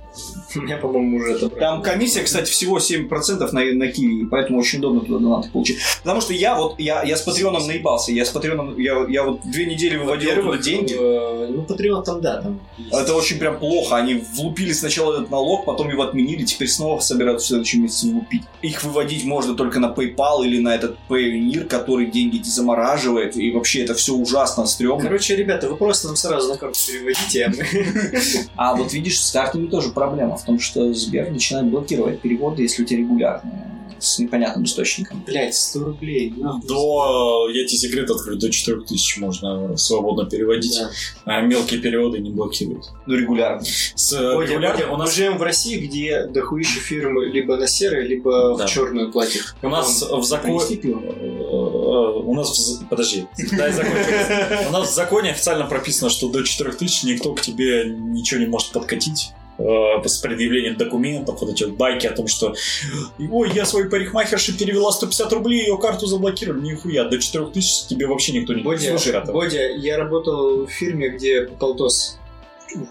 У меня, по-моему, уже это...
Там комиссия, кстати, всего 7% на, на Киви, и поэтому очень удобно туда донаты получить. Потому что я вот, я, я с Патреоном наебался, я с Патреоном, я, я вот две недели выводил оттуда
Во-первых,
деньги. А
э, Ну, Патреон там, да, там.
Это очень прям плохо, они влупили сначала этот налог, потом его отменили, теперь снова собираются в следующем месяце влупить. Их выводить можно только на PayPal или на этот Payoneer, который деньги эти замораживает, и вообще это все ужасно стрёмно.
Короче, ребята, вы просто нам сразу на карту переводите, а мы...
А вот видишь, с картами тоже проблема в том, что Сбер начинает блокировать переводы, если у тебя регулярные, с непонятным источником.
Блять, 100 рублей, нахуй.
До, э, я тебе секрет открою, до 4000 можно свободно переводить,
Да.
а мелкие переводы не блокируют.
Ну, регулярно.
С э,
Ой,
регулярно-
я-
у нас,
Мы живем в России, где дохуища фирмы либо на серое, либо
Да.
в черную платье.
у нас в законе...
Принести пиво?
Э, У нас... в з- Подожди. Дай закончу. У нас в законе официально прописано, что до 4000 никто к тебе ничего не может подкатить э, с предъявлением документов, вот эти вот байки о том, что «Ой, я своей парикмахерше перевела 150 рублей, ее карту заблокировали». Нихуя, до 4000 тебе вообще никто не...
Бодя,
это.
Бодя, я работал в фирме, где полтос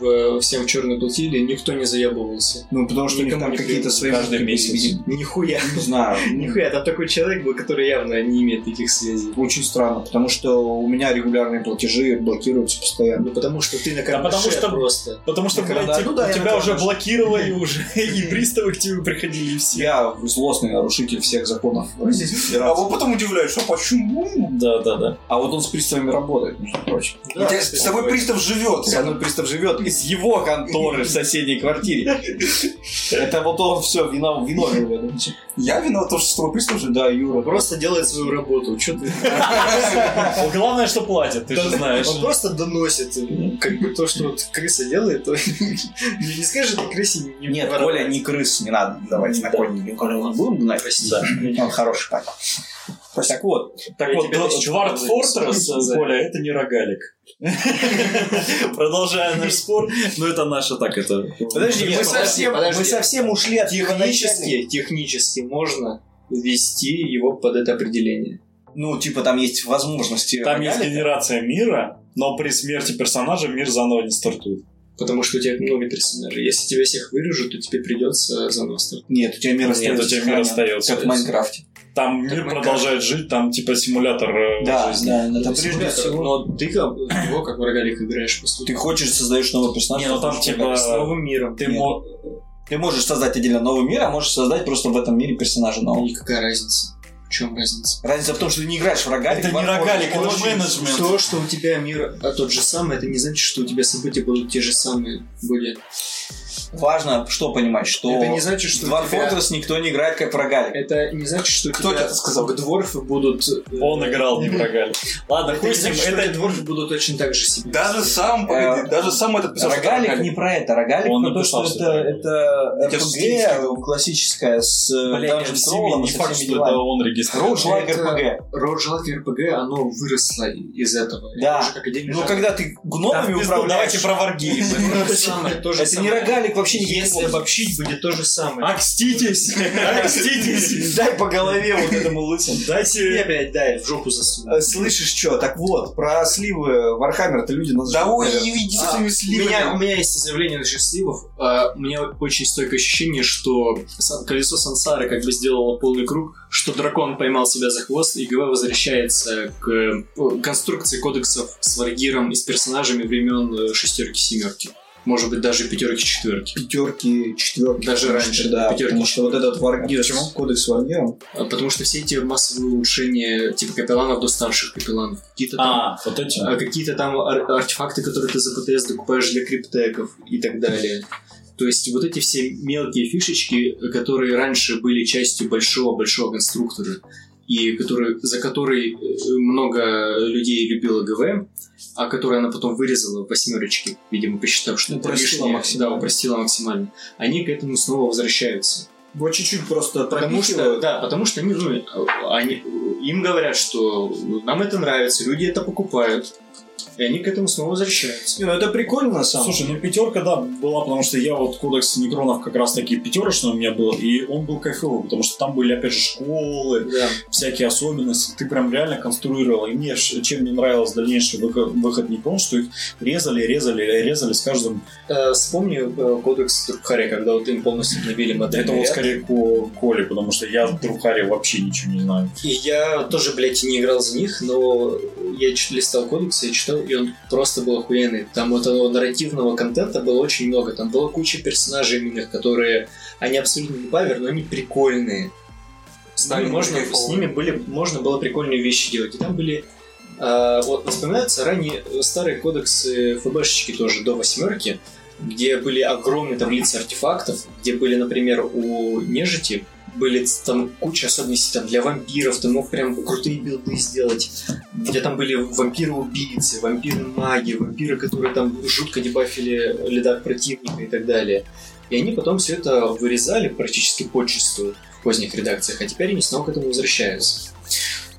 в, всем черной платили, никто не заебывался.
Ну, потому что у них
Никому
там
не
какие-то
приятно.
свои...
Каждый
внутренние
месяц.
связи.
Нихуя.
Не знаю.
Нихуя, там такой человек был, который явно не имеет таких связей.
Очень странно, потому что у меня регулярные платежи блокируются постоянно.
Ну потому что ты на
Да потому
карандаше
что-
просто.
Потому что,
Ну,
блядь,
да,
те-
ну да, я
тебя
на
уже
карандаш.
блокировали уже, и приставы к тебе приходили, и все.
Я злостный нарушитель всех законов
Ну,
Российской
А
Федерации.
вот потом удивляешься, а почему?
Да, да, да.
А вот он с приставами работает, между прочим.
У тебя с тобой пристав живет.
Со мной пристав живет из его конторы в соседней квартире. Это вот он все виновен в этом.
Я виноват, то, что с тобой пристав живет.
Да, Юра.
Просто делает свою работу. Чё ты?
Главное, что платят, ты же знаешь.
Он просто доносит. Как бы то, что вот крыса делает, то не не скажешь ты крысе не
Нет,
воровать.
Коля не крыс, не надо. Давайте на Колю
Ну,
не будем гнать.
Да.
Он хороший парень. Так вот,
Так
Я
вот,
тебя
Два-
тысячу
Двард
раз
Фортресс,
записываю.
Коля, это не рогалик. Продолжая наш спор, но это наша так, это...
подожди,
Нет, подожди,
мы совсем,
подожди.
мы совсем ушли от его
Технически, технически можно ввести его под это определение.
Ну, типа, там есть возможности.
Там есть
рогалика.
генерация мира, но при смерти персонажа мир заново не стартует.
Потому что у тебя много персонажей. Если тебя всех вырежут, то тебе придется заново стартовать.
Нет, у тебя мир
Нет,
остается.
у тебя мир
сохранен,
остается.
Как в Майнкрафте.
Там
Так
мир
мы
продолжает жить, там типа симулятор э,
Да,
жизни.
да,
Это
это
симулятор,
прежде всего.
Но ты как- в него как в рогалик играешь, по сути.
Ты хочешь, создаешь новый персонаж.
Не, ну там
потому что
типа
С новым миром.
ты
нет.
мо-
Ты можешь создать отдельно новый мир, а можешь создать просто в этом мире персонажа нового.
Никакая разница. В чем разница?
Разница в том, что ты не играешь в рогалик.
Это
в
не
Warcraft.
рогалик, это
Очень-
менеджмент.
То, что у тебя мир а тот же самый, это не значит, что у тебя события будут те же самые. Были.
Важно, что понимать, что
Это не значит, что
в
у
Dwarf
тебя-
Fortress никто не играет как в рогалик.
Это не значит, что у
Кто
тебя
это сказал?
к дворфы будут... э,
Он играл не в рогалик. Ладно,
Это
хуй
не
с ним.
значит, что
это-
эти дворфы будут точно так же себе.
Даже сам, погоди,
Э,
даже сам этот персонаж.
Рогалик не про это. Рогалик
Он
про то,
написал,
что
что
это,
это
это
Это стилистика.
RPG классическая с э,
Блядь,
Dungeon
он в
Crawl'ом
Steam,
и
не
со
факт,
всеми
что это
делами.
он регистрировал.
Roguelike
Это-
RPG. Ну,
Roguelike RPG, оно выросло из этого.
Да.
Это уже как отдельный
Ну,
жанр.
когда ты гномами
Давайте
управляешь...
про варгейм.
То же самое, то же
Это не
самое.
рогалик вообще
Если
никаким А,
обобщить, будет то же самое.
Окститесь! Окститесь!
образом. Дай по голове вот этому лысому.
И
Дайте...
опять, да, в жопу засунул.
Э, Слышишь, что? Так вот, про сливы Вархаммера-то люди нас
Да
ждут,
ой,
наверное.
иди
А,
с
У
этими
меня, у
сливами.
меня есть заявление насчет сливов. А, у меня очень стойкое ощущение, что сан- колесо сансары как бы сделало полный круг, что дракон поймал себя за хвост, и ГВ возвращается к э, конструкции кодексов с варгиром и с персонажами времен шестерки-семерки. Может быть, даже пятерки-четверки.
пятерки, четверки.
Даже
потому что,
раньше,
да.
пятерки.
Потому что вот этот варгир,
Почему?
кодекс варгира,
А, Потому что все эти массовые улучшения типа капелланов до старших капелланов, какие-то там
А, вот эти.
а какие-то там ар- артефакты, которые ты за ПТС докупаешь для криптеков и так далее. То есть вот эти все мелкие фишечки, которые раньше были частью большого-большого конструктора, и который, за который э, много людей любила ГВ, а которую она потом вырезала в восьмерочке, видимо, посчитав, что это
Упростила
лишнее.
максимально.
Да, упростила максимально. Они к этому снова возвращаются.
Вот чуть-чуть просто
Потому что, да, потому что они, ну, э, они, им говорят, что ну, нам это нравится, люди это покупают, и они к этому снова возвращаются.
Не, ну это прикольно на самом деле.
Слушай, ну пятерка, да, была, потому что я вот кодекс Некронов как раз таки пятерочный у меня был, и он был кайфовый, потому что там были, опять же, школы,
Да.
всякие особенности. Ты прям реально конструировал. И мне ш- чем не нравилось дальнейший выход, выход Некрон, что их резали, резали, резали с каждым.
Э, вспомни э, кодекс Трухари, когда вот им полностью обновили модель.
Это вот скорее по Коле, потому что я в Друхаре вообще ничего не знаю.
И я тоже, блядь, не играл за них, но я чуть листал кодекс, я читал, и он просто был охуенный. Там вот этого нарративного контента было очень много. Там была куча персонажей именных, которые... Они абсолютно не бавер, но они прикольные. С, ними
Да,
можно,
прикольные.
с ними были, можно было прикольные вещи делать. И там были... а, вот вспоминаются ранее старые кодексы ФБшечки тоже, до восьмерки, где были огромные таблицы артефактов, где были, например, у нежити были там куча особенностей там, для вампиров, ты мог прям крутые билды сделать, где там были вампиры-убийцы, вампиры-маги, вампиры, которые там жутко дебафили лидак противника и так далее. И они потом все это вырезали практически подчистую в поздних редакциях, а теперь они снова к этому возвращаются.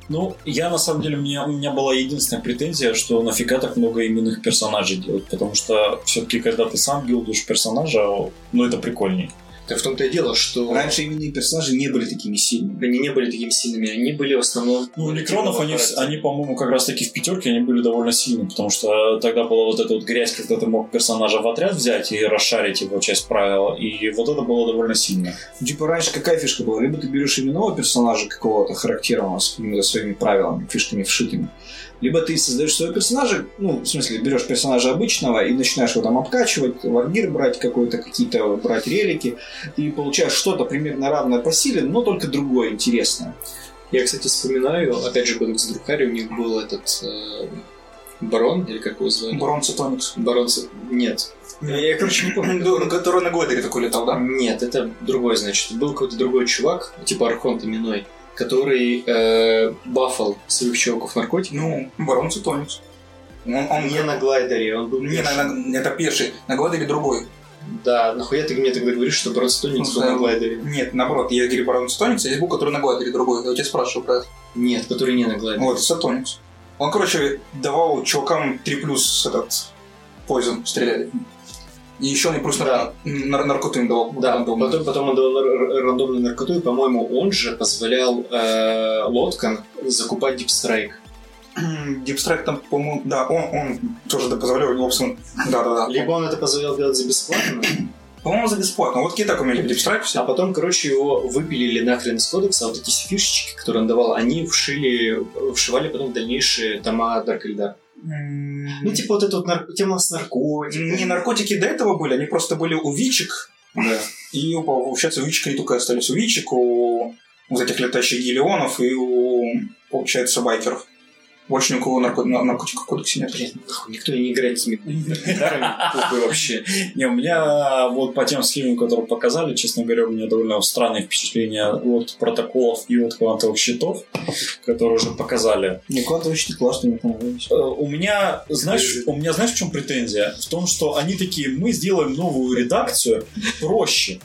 Ну, я на самом деле, у меня, у меня была единственная претензия, что нафига так много именных персонажей делать, потому что все-таки, когда ты сам билдишь персонажа, ну, это прикольней.
Так в том-то и дело, что
Раньше именные персонажи не были такими сильными.
они не были такими сильными, они были в основном...
Ну, у Некронов, они, вс- они, по-моему, как раз таки в пятерке, они были довольно сильны, потому что тогда была вот эта вот грязь, когда ты мог персонажа в отряд взять и расшарить его часть правила, и вот это было довольно сильно.
Ну, Типа раньше какая фишка была? Либо ты берешь именного персонажа какого-то характерного с какими-то своими правилами, фишками вшитыми, либо ты создаешь своего персонажа, ну, в смысле, берешь персонажа обычного и начинаешь его там обкачивать, варгир брать какой-то, какие-то брать релики, и получаешь что-то примерно равное по силе, но только другое интересное.
Я, кстати, вспоминаю, опять же, кодекс Друкари, у них был этот... э, барон, или как его звали?
Бронза Тоникс.
Бороться... Нет. Я, короче, не помню.
Ну, Который на Гойдере такой летал, да?
Нет, это другой, значит. Был какой-то другой чувак, типа Архонт именной, который э, бафал своих чуваков наркотиками.
Ну, Барон Цутоникс. Он, он
не на глайдере, он был
Не, на,
бешеный.
на- это пеший. На Гладере другой.
Да, нахуя ты мне тогда говоришь, что Брон Стоникс
Ну,
был
да.
на глайдере?
Нет, наоборот, я говорю Барон Сатоникс, а есть был, который на Гладере другой. Я у тебя спрашиваю про это.
Нет, который не на глайдере.
Вот, Сатоникс. Он, короче, давал чувакам 3 плюс этот Пойзон стреляли. И еще мне просто
Да.
нар- наркоту им давал.
Да,
рандомно.
потом, потом он дал нар- рандомную наркоту, и, по-моему, он же позволял э, лодкам закупать дипстрайк.
Дипстрайк там, по-моему, да, он, он тоже это позволял, Лобсон. Да-да-да.
Либо он это позволял делать за бесплатно,
По-моему, за бесплатно. Вот какие так умели Дипстрайк
а
все.
потом, короче, его выпилили нахрен из кодекса, а вот эти фишечки, которые он давал, они вшили, вшивали потом в дальнейшие тома Дарк Эльдар. Ну, типа вот эта вот нар- тема с наркотиками.
Не наркотики до этого были, они просто были у Вичек.
Да.
И, у- получается, у Вичек они только остались у Вичек, у вот этих летающих гелионов и у, получается, байкеров. Больше ни у кого нарко- на- наркотиков в кодексе нет.
Блин, нахуй, никто и не играет с этими гитарами. Похуй вообще.
Не, у меня вот по тем схемам, которые показали, честно говоря, у меня довольно странное впечатление от протоколов и от квантовых счетов, которые уже показали.
Не, куда-то очень классно мне понравилось.
Э, У меня, знаешь, у меня, знаешь, в чем претензия? В том, что они такие, мы сделаем новую редакцию проще.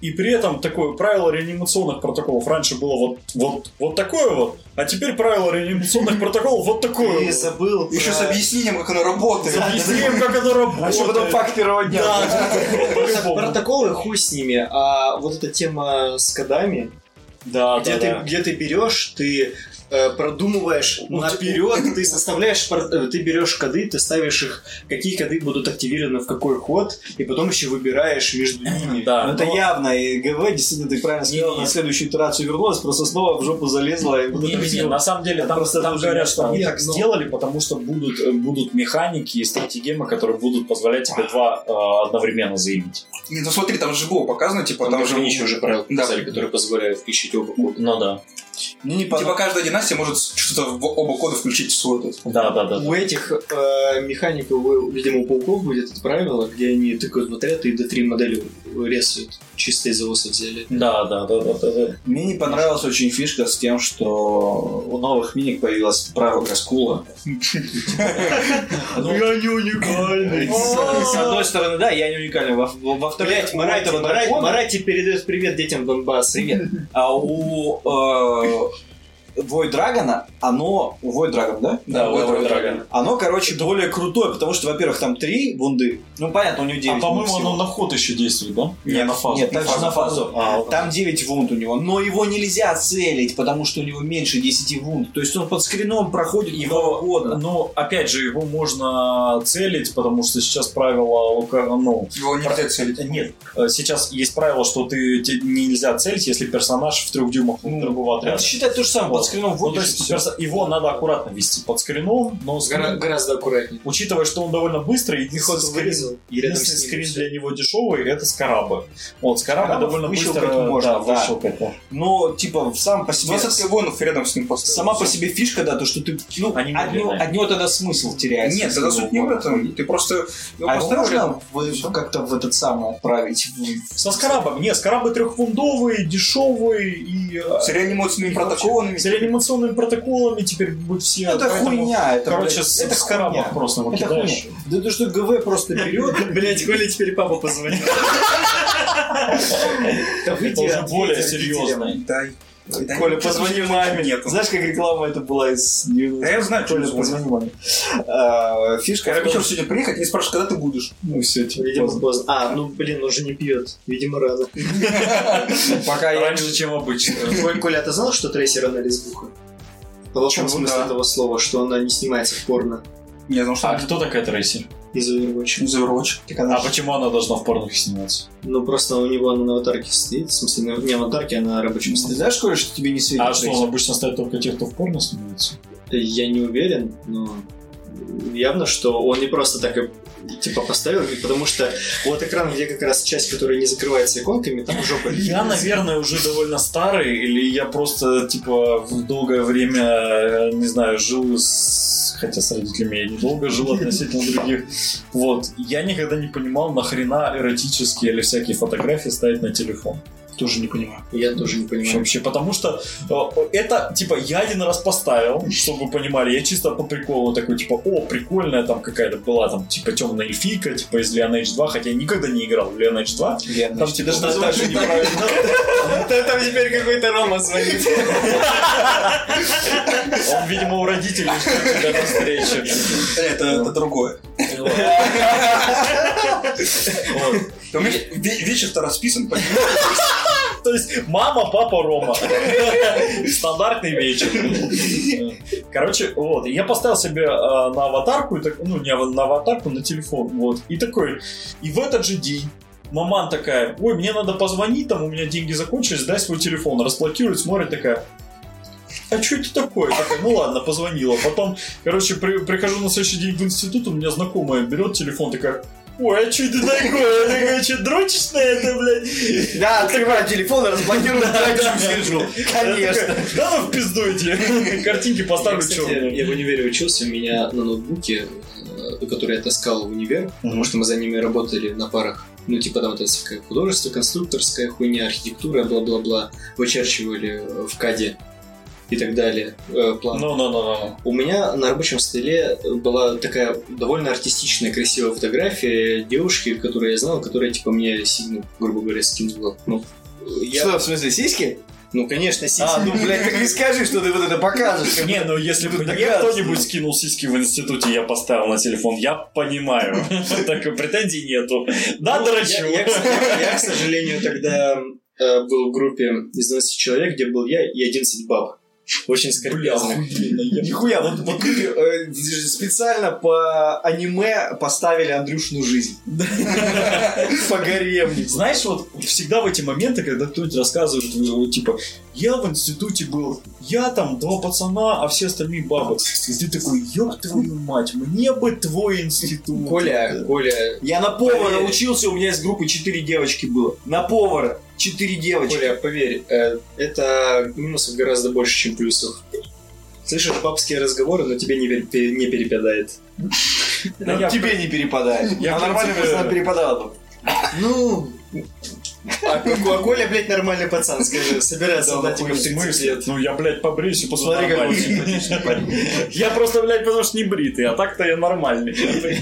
И при этом такое правило реанимационных протоколов раньше было вот, вот, вот такое вот, а теперь правило реанимационных протоколов вот такое
И
вот. С
забыл
Еще
про-
с объяснением, как оно работает.
объяснением, как оно
А что потом
работает.
факт первого дня?
Да, по-любому.
Протоколы хуй с ними, а вот эта тема с кодами,
Да,
А где,
да,
ты,
да.
где ты берешь, ты э, продумываешь
Ну,
наперед, ты составляешь, пор- э, ты берешь коды, ты ставишь их, какие коды будут активированы в какой ход, и потом еще выбираешь между ними.
Да,
Ну, это
но-
явно, и ГВ, действительно, ты правильно сказал,
Не-не.
на следующую итерацию вернулась, просто снова в жопу залезла. И вот
Не,
это
не,
всё.
не, на самом деле
Это
там,
просто
там
уже
говорят,
не
что они
стало.
так
Нет, ну-
сделали, потому что будут, э, будут механики и стратегемы, которые будут позволять
А.
тебе два э, одновременно заявить.
Не, ну смотри, там же было показано, типа, там,
Там
же...
же еще уже правила
Да.
показали, которые позволяют включить оба кода.
Ну да.
Мне не
Типа,
понравилось.
каждая династия может что-то в оба кода включить в свой этот.
Да, да, да.
У этих э, механиков, у- видимо, у пауков будет это правило, где они тыкают в отряд и D3 модели рисуют. Чисто из ОСа взяли.
Да, да, да, да, да, да.
Мне не понравилась очень фишка с тем, что у новых миник появилось право Гаскула. Ну,
Я не уникальный.
С одной стороны, да, я не уникален. Во- Во во второй, типа,
Блять,
у
Марати,
этого
Марати,
дракона-
Марати передает привет детям Донбасса.
Привет. А у э, Void Драгона, оно... у Void Dragon, да?
Да,
вот
Void
это.
Dragon.
Оно, короче, более крутое, потому что, во-первых, там три вунды. Ну, понятно, у него 9
А по-моему, оно на ход еще действует, да? Не на фазу.
Нет, также на фазу.
А, вот
Там 9 вунд у него, но его нельзя целить, потому что у него меньше 10 вунд. То есть он под скрином проходит его
так.
угодно.
Ну, опять же, его можно целить, потому что сейчас правило лока- ну,
Его нельзя целить.
нет, э, сейчас есть правило, что ты те- нельзя целить, если персонаж в трех дюймах от
Ну,
другого
Это
отряда.
считай то же самое, под
Вот.
скрином
Ну, то
вводишь.
есть перс- его надо аккуратно вести под скрином, но с-
Гора- гораздо аккуратнее.
учитывая, что он довольно быстрый, единственный
Сходу
скрин,
вырезал, и рядом
единственный
с ним
скрин
всё.
для него дешевый, это скараба. Вот, скараба
Скараба
довольно
выщелкать
быстро
можно,
да,
да.
выщелкать, да.
Но, типа, сам по себе...
20 вагонов рядом с ним поставили.
Сама по себе фишка, да, то, что ты... Ну,
Они
от, него,
медленные.
от него тогда смысл теряется.
Нет,
если
тогда
его
суть не в
вводят.
этом. Ты просто его
А его
поставил рядом.
можно в- как-то в этот самый отправить? В-
Со скарабом. Нет, скарабы трехфундовые, дешевые и... э,
С реанимационными
И
протоколами.
С реанимационными протоколами теперь будут все...
Ну, это
поэтому,
хуйня, это,
Короче,
блядь,
с,
это
в скарабах
хуйня.
просто
Это
выкидаешь.
Да то, что ГВ просто берет...
Блять, Коля теперь папа позвонил. Да
Это
выйди
уже
ответь
более
родителям.
серьезно.
Дай. Дай.
Коля, позвони маме.
Нет.
Знаешь, как реклама это была из...
Да я знаю, что
Коля,
это
позвони маме. А, Фишка...
Я
в том,
обещал сегодня приехать и спрашиваешь, когда ты будешь.
Ну, все,
типа,
Видимо, поздно. А, ну блин, уже не пьет. Видимо, рано.
Пока а я...
Раньше, чем обычно.
Коль- Коля, а ты знал, что трейсер она лесбуха? В плохом
Чего,
смысле
да.
этого слова, что она не снимается в порно
Я знал, что
А
ты
кто такая Трейси?
из Overwatch.
из Overwatch.
Так она
А
ж-
почему она должна в порнах сниматься?
Ну просто у него она на аватарке стоит. В смысле, на- не на аватарке, а на рабочем
Ты
столе.
знаешь, Коля, что тебе не светит?
А что, он обычно ставит только тех, кто в порно снимается?
Э, Я не уверен, но явно, что он не просто так и, типа поставил, и потому что вот экран, где как раз часть, которая не закрывается иконками, там жопа.
Я, наверное, уже довольно старый, или я просто, типа, в долгое время, э, не знаю, жил с... Хотя с родителями я недолго жил относительно других. Вот. Я никогда не понимал, нахрена эротические или всякие фотографии ставить на телефон.
Тоже не понимаю.
Я тоже не понимаю.
Вообще, потому что э, это, типа, я один раз поставил, чтобы вы понимали, я чисто по приколу такой, типа, о, прикольная там какая-то была, там, типа, темная эльфийка, типа, из Leon Age 2, хотя я никогда не играл в Leon Age 2. Там тебе даже название неправильно.
Там теперь какой-то Рома звонит.
Он, видимо, у родителей ждет тебя на встречу.
Это, это другое. Ты умеешь? Ве- Вечер-то расписан, понимаешь?
То есть мама, папа, Рома. Стандартный вечер. Короче, вот. Я поставил себе э, на аватарку, и так- ну, не ава- на аватарку, на телефон. Вот. И такой. И в этот же день Маман такая, ой, мне надо позвонить, там у меня деньги закончились, дай свой телефон. Расплатирует, смотрит такая, а что это такое? Такая, ну ладно, позвонила. Потом, короче, при- прихожу на следующий день в институт, у меня знакомая берет телефон, такая, ой, а что это такое? Я такая, что, дрочишь на это, блядь?
Да, открываю телефон и разблокирую дальше сижу. Конечно.
Да, ну в пизду иди. Картинки поставлю
Кстати,
черные.
я в универе учился, у меня на ноутбуке, э, который я таскал в универ, потому что мы за ними работали на парах, ну, типа там вот это всякое художество, конструкторская хуйня, архитектура, бла-бла-бла, вычерчивали э, в каде и так далее, э, план.
Ну-ну-ну-ну.
У меня на рабочем столе была такая довольно артистичная, красивая фотография девушки, которую я знал, которая, типа, мне сильно, грубо говоря, скинула. Ну, я-
Что, в смысле, сиськи?
ну, конечно, сильно.
А, ну, блядь, так не скажи, что ты вот это покажешь.
Не, ну если бы
Тут
мне
а
доказано.
кто-нибудь скинул сиськи в институте, я поставил на телефон, я понимаю. Так и претензий нету. Да,
Ну, я-
дрочу.
Я, к сожалению- я, к сожалению, тогда э, был в группе из 12 человек, где был я и 11 баб. Очень скорбезно.
Нихуя, вот, вот люди, э, специально по аниме поставили Андрюшину жизнь. По гаремнику.
Знаешь, вот всегда в эти моменты, когда кто-нибудь рассказывает, э, вот, типа, я в институте был, я там два пацана, а все остальные бабы. И ты такой, ёб твою мать, мне бы твой
ну,
институт.
типа,
Коля, Коля,
Я на повара
Поверь.
учился, у меня из группы 4 девочки было. На повара 4 девочки.
Коля, поверь, э, это минусов гораздо больше, чем плюсов. Слышишь бабские разговоры, но тебе не, вер- пе- не перепадает.
Да я-
тебе не перепадает.
Я,
Я
в
нормально
принципе,
пацанам перепадала бы.
Ну... А, Ко- а Коля, блядь, нормальный пацан, скажи, собирается
Да,
отдать
ну,
тебе в
В
30
смысле?
лет.
Ну я, блядь, побреюсь и
Ну,
Посмотри, какой
нормальный.
симпатичный парень.
Я просто, блядь, потому что не бритый, а так-то я нормальный.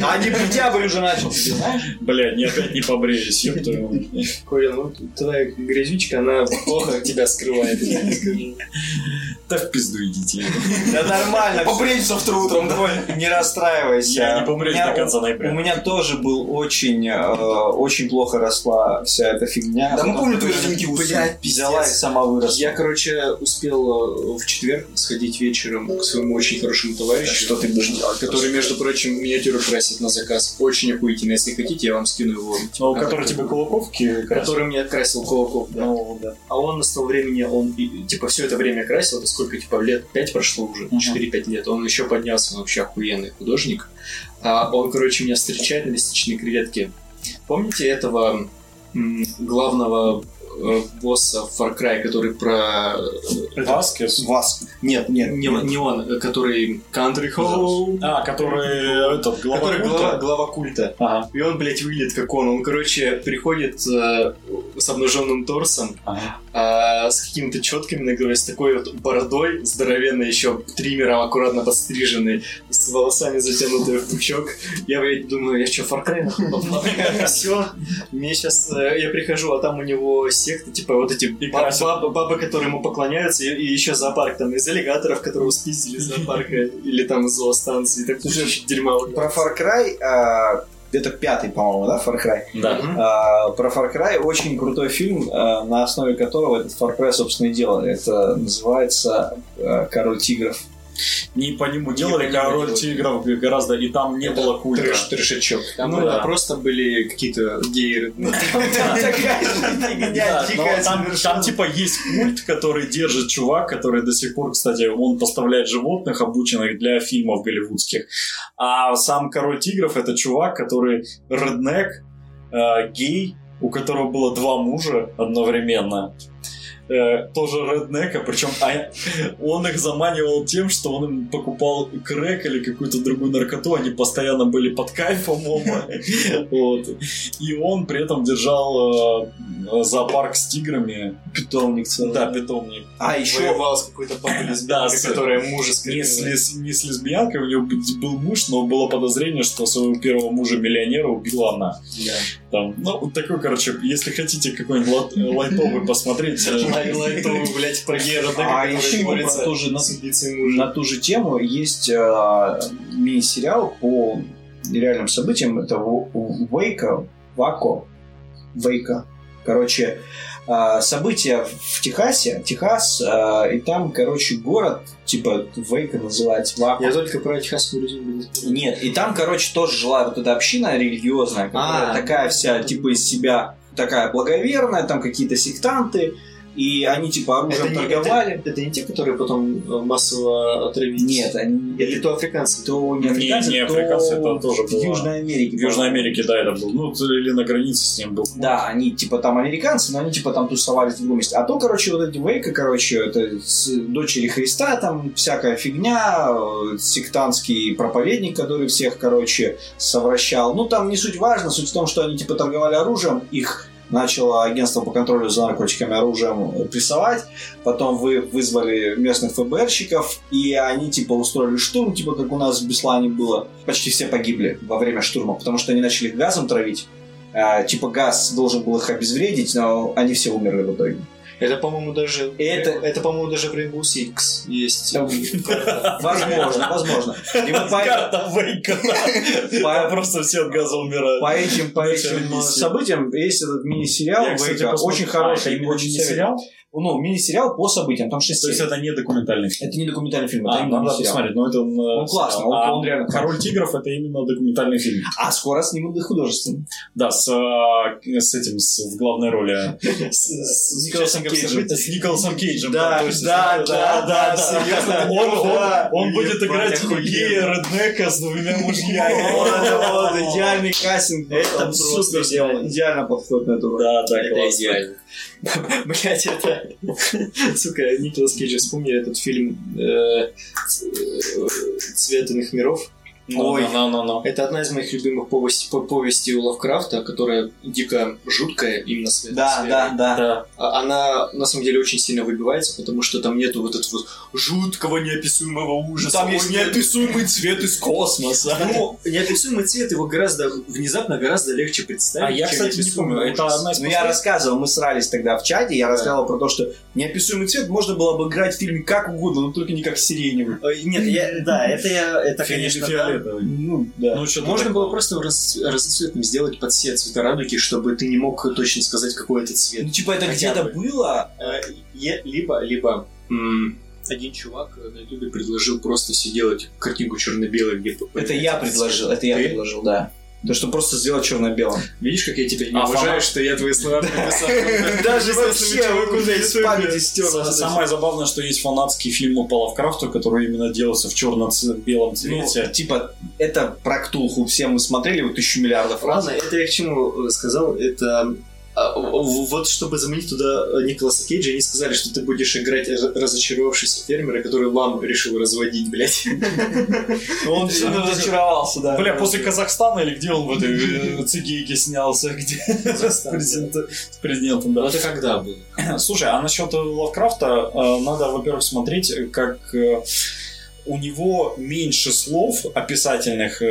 А не бы уже начал, ты знаешь?
Блядь, не опять не побреюсь, ёб твою мать.
Коля, ну твоя грязючка, она плохо тебя скрывает. я тебе скажу.
Да в пизду идите.
Да нормально. всё.
Побреешь завтра утром, давай.
Не расстраивайся.
Я не помрешь
У меня-
до конца
У
ноября.
меня тоже был очень, э, очень плохо росла вся эта фигня.
Да мы
Потом
помним твои родинки усы.
Блядь, взяла и сама выросла.
Я, короче, успел э, в четверг сходить вечером к своему очень хорошему товарищу,
Что ты будешь делать?
который, между прочим, миниатюру красит на заказ. Очень охуительно. Если хотите, я вам скину его.
Ну, который тебе кулаковки красит.
Который мне красил Колоков, да.
Ну, да.
А он с того времени, он, и- и, типа, все это время красил, это сколько, типа, лет? Пять прошло уже,
Мгм.
4-5 лет. Он еще поднялся, он вообще охуенный художник. А он, короче, меня встречает на лестничной креветке. Помните этого м, главного э, босса Far Cry, который про... э,
Васкес.
Вас.
Нет,
нет,
не, не он, э, который Country Home,
А, который этот, глава
который
культа.
глава, глава культа.
Ага.
И он, блядь, выглядит как он. Он, короче, приходит э, с обнаженным торсом,
Ага.
а, с какими-то четками на голове, с такой вот бородой, здоровенной еще, триммером аккуратно подстриженной, с волосами затянутой в пучок. Я, блядь, думаю, я что, Far Cry Все. Мне сейчас... Я прихожу, а там у него секты, типа вот эти
И
баб-
красят.
баб- бабы, которые ему поклоняются, и еще зоопарк там из аллигаторов, которого спиздили из зоопарка, или там из зоостанции, так
Слушай,
куча дерьма.
Про Far Cry, э, это пятый, по-моему, да, Far Cry?
Да.
Мгм.
А, Про Far Cry очень крутой фильм, а, на основе которого этот Far Cry, собственно, и делал. Это называется а, «Король тигров».
Не по нему
Не
делали,
по нему
король
делали.
тигров гораздо, и там не
Это
было культа.
Трэш, трэшечок. Там
Ну
это
да.
просто были какие-то геи.
Такая же фигня,
Да,
дикая
но там,
совершенно.
там типа есть культ, который держит чувак, который до сих пор, кстати, он поставляет животных, обученных для фильмов голливудских. А сам король тигров это чувак, который реднек, э, гей, у которого было два мужа одновременно. Э, тоже реднека, причем а- он их заманивал тем, что он им покупал крэк или какую-то другую наркоту, они постоянно были под кайфом оба. Вот. И он при этом держал э, э, зоопарк с тиграми.
питомник целый.
Да, питомник.
А еще
воевал с какой-то бабой
Да,
лесбиянкой,
с-
которая мужа
Не с,
скрепила.
лес- не с лесбиянкой, у него б- был муж, но было подозрение, что своего первого мужа-миллионера убила она. Там, ну, вот такой, короче, если хотите какой-нибудь лат- лайтовый посмотреть... э,
Лай- Лайтовый, блядь, про гея Роднека,
А
который
еще
борется
про ту же
с убийцей мужа.
на ту же тему есть э, а, мини-сериал по
реальным событием. Это Ву- Ву- Вейка, Вако, Вейка. Короче, а, события в Техасе, Техас, а, и там, короче, город, типа Вейка называется, Вако.
Я только про техасскую резину не
Нет, и там, короче, тоже жила вот эта община религиозная, которая
А.
такая вся, типа, из себя такая благоверная, там какие-то сектанты, и они, типа, оружием
Это не-
торговали.
Это не те, которые потом э, массово отравились?
Нет, они...
Или то африканцы?
то не
Не-
африканцы,
не
то
африканцы, это тоже
в
было.
Южной Америке.
В Южной
по-моему.
Америке, да, это был. Ну, или на границе с ним был.
Да, они типа там американцы, но они типа там тусовались в другом месте. А то, короче, вот эти Вейка, короче, это с- дочери Христа, там всякая фигня, э, сектантский проповедник, который всех, короче, совращал. Ну, там не суть важно, суть в том, что они типа торговали оружием, их начало агентство по контролю за наркотиками оружием э, прессовать, потом вы вызвали местных ФБРщиков, и они типа устроили штурм, типа как у нас в Беслане было. Почти все погибли во время штурма, потому что они начали их газом травить, а, типа газ должен был их обезвредить, но они все умерли в итоге.
Это, по-моему, даже...
Это-
Это, по-моему, даже в Rainbow Six есть.
Там- Возможно, возможно. И вот по,
Карта Вейка. Там Просто все от газа умирают.
по этим, по
Ну,
этим
всё,
э, событиям есть этот мини-сериал
Я, кстати,
«Вейка»,
посмотрел.
очень
А,
хороший,
это
очень
не
советую.
сериал?
Ну, мини-сериал по событиям, там шесть
То есть
серий.
это не документальный фильм?
а Это не документальный фильм, это
А,
именно
надо
мини-сериал.
посмотреть, но это он... э,
Он классный,
сериал.
он-
А
он реально
Король тигров это именно документальный фильм.
А скоро снимут и художественный.
Да, с, э, с этим, с, в главной роли.
С
Николасом Кейджем. С Николасом Кейджем.
Да,
точно.
да, да, да, серьезно.
Он, он-
Да.
он будет
Ебать,
играть
охуенно.
худее Реднека с двумя
Вот, это вот,
мужьями.
идеальный кастинг. был,
Это
там
просто
супер
сделано.
Идеально подходит на эту роль.
Да, да,
Это
классно.
идеально. Блять, это... Сука, Николас Кейдж вспомнил этот фильм э, ц- э, «Цвет иных миров».
Ну,
Ой.
ну, ну, ну.
Это одна из моих любимых повести, по- повестей у Лавкрафта, которая дико жуткая именно свет.
Да, да, да.
Да.
А, Она на самом деле очень сильно выбивается, потому что там нету вот этого вот жуткого неописуемого ужаса.
Там
Ой,
есть
нет.
неописуемый цвет из космоса.
Ну, неописуемый цвет его гораздо внезапно гораздо легче представить.
А я,
чем
кстати, не
неописуемый
помню. Это
ужас.
одна из
Ну, я рассказывал, мы срались тогда в чате, я рассказывал про то, что неописуемый цвет можно было бы играть в фильме как угодно, но только не как сиреневый.
Ой, Нет, я, да, это я, это
Конечно,
конечно, да.
фиолетовый.
Ну, да.
Ну, что-то
Можно
так.
было просто раз- разноцветным сделать под все цвета радуги, чтобы ты не мог точно сказать, какой это цвет.
Ну, типа, это
Хотя
где-то
бы.
было.
Э, е- Либо, либо м, один чувак э, на ютубе предложил просто сделать картинку черно-белой, где...
Это я предложил, это я
Ты?
предложил, да. То, что просто сделать черно-белым.
Видишь, как я тебя не
А
уважаю,
фанат?
что я твои слова написал.
Даже
вообще, вы куда из памяти
Са- Самое забавное, что есть фанатские фильмы по Лавкрафту, которые именно делаются в черно-белом
Ну,
цвете.
типа, это про Ктулху. Все мы смотрели вот тысячу миллиардов раз.
Ладно, это я к чему э, сказал, это... а, в- Вот чтобы заманить туда э, Николаса Кейджа, они сказали, что ты будешь играть раз- разочаровавшегося фермера, который ламу решил разводить, блядь.
Он
действительно
разочаровался, да.
Бля, после Казахстана или где он в этой э, цигейке снялся, где с презента- с президентом, да.
это когда было?
Слушай, а насчет Лавкрафта э, надо, во-первых, смотреть, э, как э, у него меньше слов описательных э,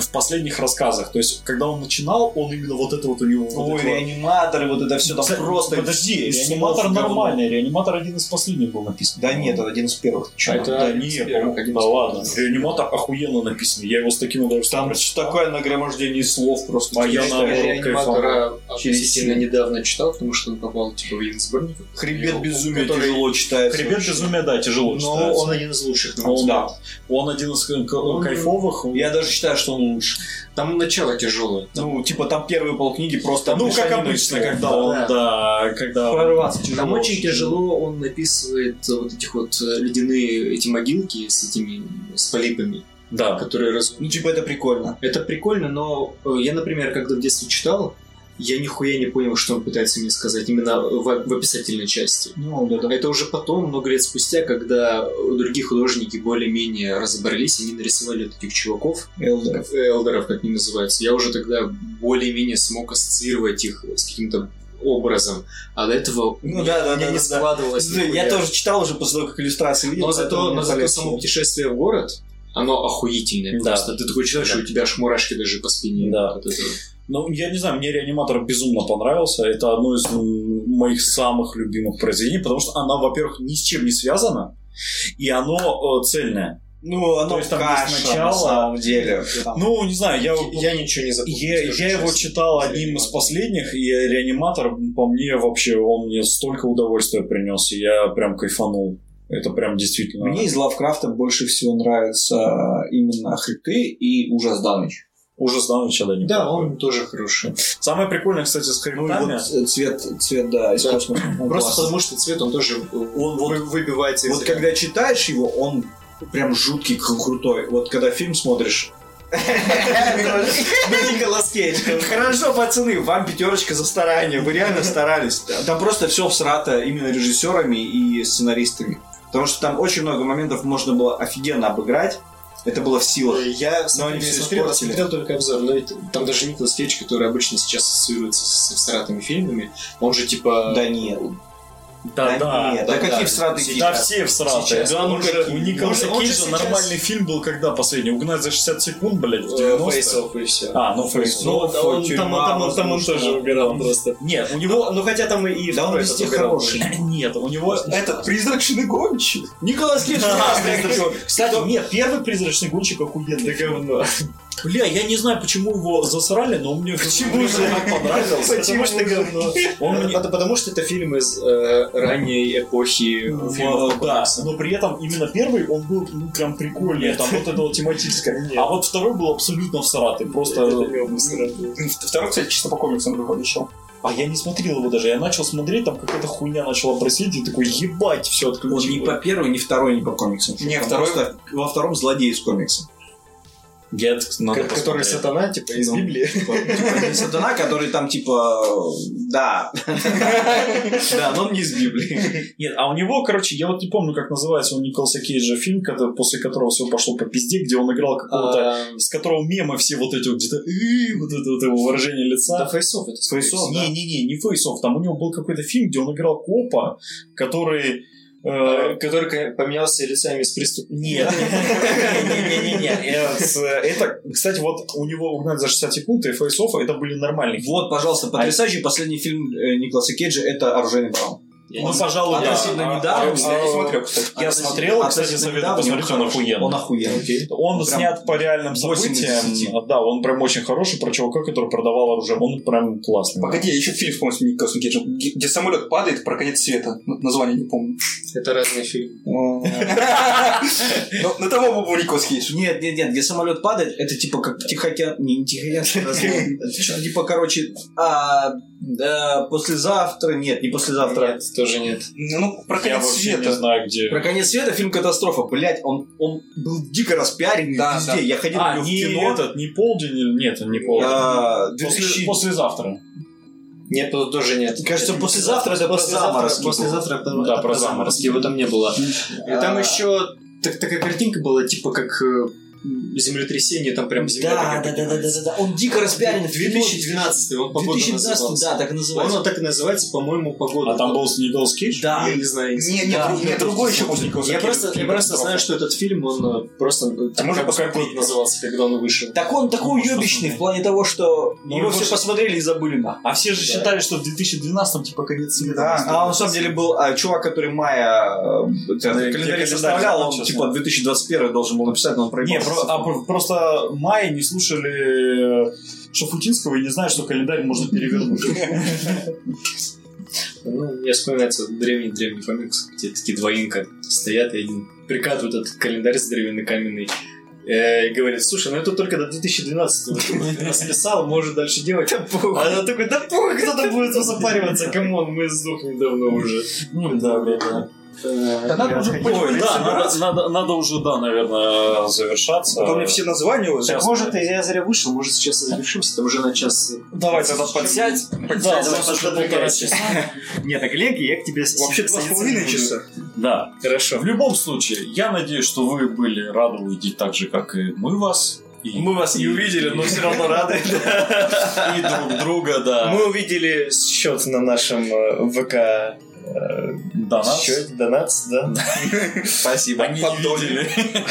в последних рассказах. То есть, когда он начинал, он именно вот это вот у него... вот
Ой,
это вот.
реаниматоры, вот это все там
Кстати,
просто...
Подожди,
из
реаниматор
слов говно.
нормальный, реаниматор один из последних был написан.
Да нет, это один из первых. Ты чё?
А это-
Да
один из
не,
первых, один
по-моему,
из
да
первых.
ладно. Реаниматор охуенно написан. Я его с таким удовольствием.
Там такое нагромождение слов просто.
А я на-
Ты читаешь.
Я
наоборот,
реаниматора
Через
относительно недавно читал, потому что он попал типа в один из сборников.
Хребет
Его-
безумия
который-
тяжело читается.
Хребет
вообще.
безумия, да, тяжело
Но
читается.
Ну, он один из лучших. на мой
Он,
взгляд.
Ну да. он один из к- к-
Он-
кайфовых.
Я даже считаю, что он лучше.
Там начало тяжелое. Там,
Ну, типа там первые полкниги просто...
ну, как
мешанина
обычно,
всего.
когда он, да, когда он-
Прорваться тяжело.
там очень тяжело он написывает э, вот этих вот э, ледяные эти могилки с этими с полипами,
Да.
которые раз...
Ну, типа это прикольно.
Это прикольно, но э, я, например, когда в детстве читал, я нихуя не понял, что он пытается мне сказать именно в, в описательной части.
Ну, да,
Это уже потом, много лет спустя, когда э, другие художники более-менее разобрались, они нарисовали вот этих чуваков,
Элдер.
элдеров, Э, как они называются, я уже тогда более-менее смог ассоциировать их с каким-то образом, а до этого
Ну
у меня,
да, да,
у меня
да,
не
да, да.
складывалось.
Слушай,
нихуя.
Я тоже читал уже после того, как иллюстрации видел.
Но зато,
поэтому
но
мне
зато
полегче.
само путешествие в город, оно охуительное
Да.
просто. Ты такой читаешь,
Да.
и у тебя аж мурашки даже по спине.
Да.
от этого.
Ну, я не знаю, мне реаниматор безумно понравился. Это одно из м, моих самых любимых произведений, потому что она, во-первых, ни с чем не связана, и оно э, цельное.
Ну, оно
То есть там
каша,
есть начало.
на самом деле. Там-
Ну, не знаю, я...
Я ничего не запомнил.
Я,
скажу
я его
честно.
читал одним из последних, и реаниматор, по мне, вообще, он мне столько удовольствия принес, и я прям кайфанул. Это прям действительно...
Мне из Лавкрафта больше всего нравятся именно хребты и ужас Даныч.
Уже знал, ничего не
Да,
было.
он тоже хороший.
Самое прикольное, кстати, с
Ну и
хребтами...
вот э, цвет, цвет, да, из
Да.
космоса. Ну, Он
Просто
классный.
потому что цвет он тоже он выбивается из
Вот когда читаешь его, он прям жуткий, кру- крутой. Вот когда фильм смотришь... Ну, Николас Кейдж. Хорошо, пацаны, вам пятерочка за старание. Вы реально старались. Там просто все всрато именно режиссерами и сценаристами. Потому что там очень много моментов можно было офигенно обыграть. Это было в силах.
Я
Но они
не
всё
смотрел,
испортили.
смотрел только обзор, но ведь там даже Николас Кейдж, который обычно сейчас ассоциируется со всратыми фильмами, он же типа...
Да нет.
Да, да.
нет.
да,
Да какие
да.
всратые
Да,
фильмы?
все всратые.
Сейчас.
Да, ну
Он
как
же-
у Николаса
он же- он же
Кейджа
сейчас-
нормальный фильм был когда последний? Угнать за 60 секунд, блядь, в
э,
90
Фейс-офф и все.
А, ну Фейс.
Ну,
вот, а он,
тюрьма,
там, там, там, он
возможно,
тоже убирал просто.
Нет, у него...
Ну, ну, хотя там и...
Да он
второй
везде
этот убирал.
хороший.
Нет, у него...
Этот призрачный гонщик.
Николас Кейдж
Да,
классный
призрачный
актер. Кстати, нет, первый призрачный гонщик охуенный. говно. Бля, я не знаю, почему его засрали, но он мне... Почему же так понравился?
Потому что говно.
Он
Он-
мне...
Потому, потому что это фильм из э, ранней эпохи
Ну,
фильмов
э, да, но при этом именно первый он был ну, прям прикольный, там вот это вот тематическое.
Нет.
А вот второй был абсолютно всратый,
Это
просто...
не оба стороны.
Второй, кстати, чисто по комиксам выходил.
А я не смотрел его даже, я начал смотреть, там какая-то хуйня начала просить, и такой, ебать, все
Он
отключил.
ни по первой, ни второй, ни по комиксам.
Не,
Там
второй-
просто Во втором злодей из комикса.
Я так надо
Ко- Который
посмотреть.
сатана, типа, из
Ну.
Библии.
Типа, типа, не сатана, который там типа... Да. Да, но он не из Библии.
Нет, а у него, короче, я вот не помню, как называется у Николаса Кейджа фильм, когда, после которого все пошло по пизде, где он играл какого-то...
А,
С которого мемы все вот эти вот где-то... «Э», Вот это вот его выражение лица.
А, Да, фейсов это. скорее всего.
Не, не, не, не Фейсов. Там у него был какой-то фильм, где он играл копа, который. э,
Э, Который конечно, поменялся лицами с приступом.
Нет. Не-не-не-не. Э, с, э, Это, кстати, вот у него угнать за 60 секунд и Фейсов это были нормальные. фильмы.
Вот, пожалуйста, потрясающий последний фильм э, Николаса Кейджа это «Оружейный Браун».
Ну, пожалуй, да.
Относительно
А, а,
недавно.
Я не смотрел, кстати.
Я смотрел,
Относительно
кстати, советую
недавно,
посмотреть, он
хороший.
охуенный.
Он охуенный.
Он
Прям
снят по реальным
8 из
событиям.
10.
А, Да, он прям очень хороший про чувака, который продавал оружие. Он прям классный.
Погоди, я еще фильм вспомнил с Николасом Кейджем, где где самолет падает про конец света. Н- Название не помню.
Это разные фильмы.
Но но там оба был Николас Кейдж.
Нет, нет, нет, где самолет падает, это типа как тихоокеан... Не, не тихоокеанский разлом. Это что-то типа, короче, а, да, послезавтра... Нет, не послезавтра.
Нет, тоже нет.
Ну, про
Я
конец
вообще не
света.
знаю, где.
Про конец света фильм «Катастрофа». Блять, он, он был дико распиаренный
Да,
везде.
да.
Я ходил
А,
на него в
не
кино.
этот, не полдень, или- нет, не полдень.
А,
После-
2000
Послезавтра.
Нет, тут тоже нет.
Кажется,
Это-
послезавтра это про заморозки
Послезавтра это
Да, про заморозки.
Его там не было. И там
А.
еще так- такая картинка была, типа как э, землетрясение, там прям земля.
Да,
такая
да, да, да, да,
поднимается.
да, да. Он дико распиарен.
2012 он погода
2012,
назывался.
да, так и называется.
Он так и называется, по-моему, погода.
А там был Николас Кейдж?
Да.
Я не знаю.
Не, не,
Да,
друг- не,
я
другой
тоже
еще был Николас
Я
Кейдж.
просто, я просто знаю, что этот фильм, он э, просто... э, типа,
можно
как-
посмотреть.
как год назывался, когда он вышел.
Так он такой
Может,
уебищный
посмотреть.
в плане того, что
Ну,
его
может,
все посмотрели и забыли. на.
А все же
Да.
считали, что в 2012-м типа конец света.
Да.
наступит.
А он на самом деле был а, чувак, который мая э, этот,
календарь
календарь составлял, он
закончился.
типа 2021 должен был написать, но он
Не,
проебался.
про- а про- просто Майя не слушали э, Шафутинского и не знают, что календарь можно перевернуть.
Ну, мне вспоминается древний-древний комикс, где такие двоинка стоят, и один прикатывает этот календарь с деревянной каменной. э, И говорит, слушай, ну это только до 2012 Ты расписал, может дальше делать. А она такой, да похуй, кто-то будет запариваться, камон, мы сдохнем давно уже.
Ну да, блядь, да.
Да надо уже
Ой,
поговорить.
да, надо- надо- надо уже, да, наверное, завершаться.
Потом мне все названия вот
э, Сейчас.
сейчас.
Может, я зря вышел, может, сейчас и завершимся, там уже на час.
Давай тогда подсядь.
Да,
Давай,
слушай,
подвигайся.
полтора часа.
Нет, так, Леги, я к тебе...
Вообще два с половиной часа.
Да.
Хорошо.
В любом случае, я надеюсь, что вы были рады увидеть так же, как и мы вас. И-
Мы вас не увидели, но все равно рады.
и друг друга, да.
Мы увидели счет на нашем э, ВК
Донат.
Счет, донат, да.
Спасибо.
Они
Поддонили.
видели.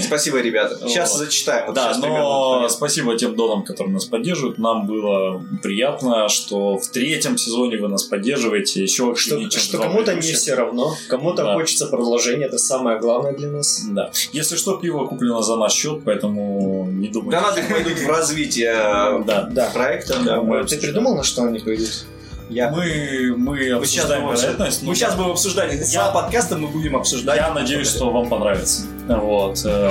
Спасибо, ребята. Сейчас
Вот.
зачитаю. Вот
Да,
щас,
но
ребята,
спасибо тем донам, которые нас поддерживают. Нам было приятно, что в третьем сезоне вы нас поддерживаете. Еще
Что,
активнее, чем
что
в двух
кому-то не
предыдущих.
все равно, кому-то
Да.
хочется продолжения, это самое главное для нас.
Да. Если что, пиво куплено за наш счет, поэтому не думайте.
Донаты пойдут в развитие э,
Да.
Да.
проекта.
Да, мы
Ты
обсуждаем.
придумал, на что они пойдут?
Я
Мы, мы обсуждаем вероятность.
Мы
ну,
сейчас будем обсуждать. За подкастом мы будем обсуждать.
Я надеюсь, что вам понравится. Вот. э,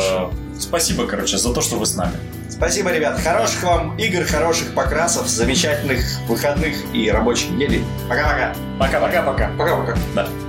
Спасибо, короче, за то, что вы с нами.
Спасибо, ребят. Хороших вам игр, хороших покрасов, замечательных выходных и рабочих недель. Пока-пока.
Пока-пока-пока.
Пока-пока.
Да.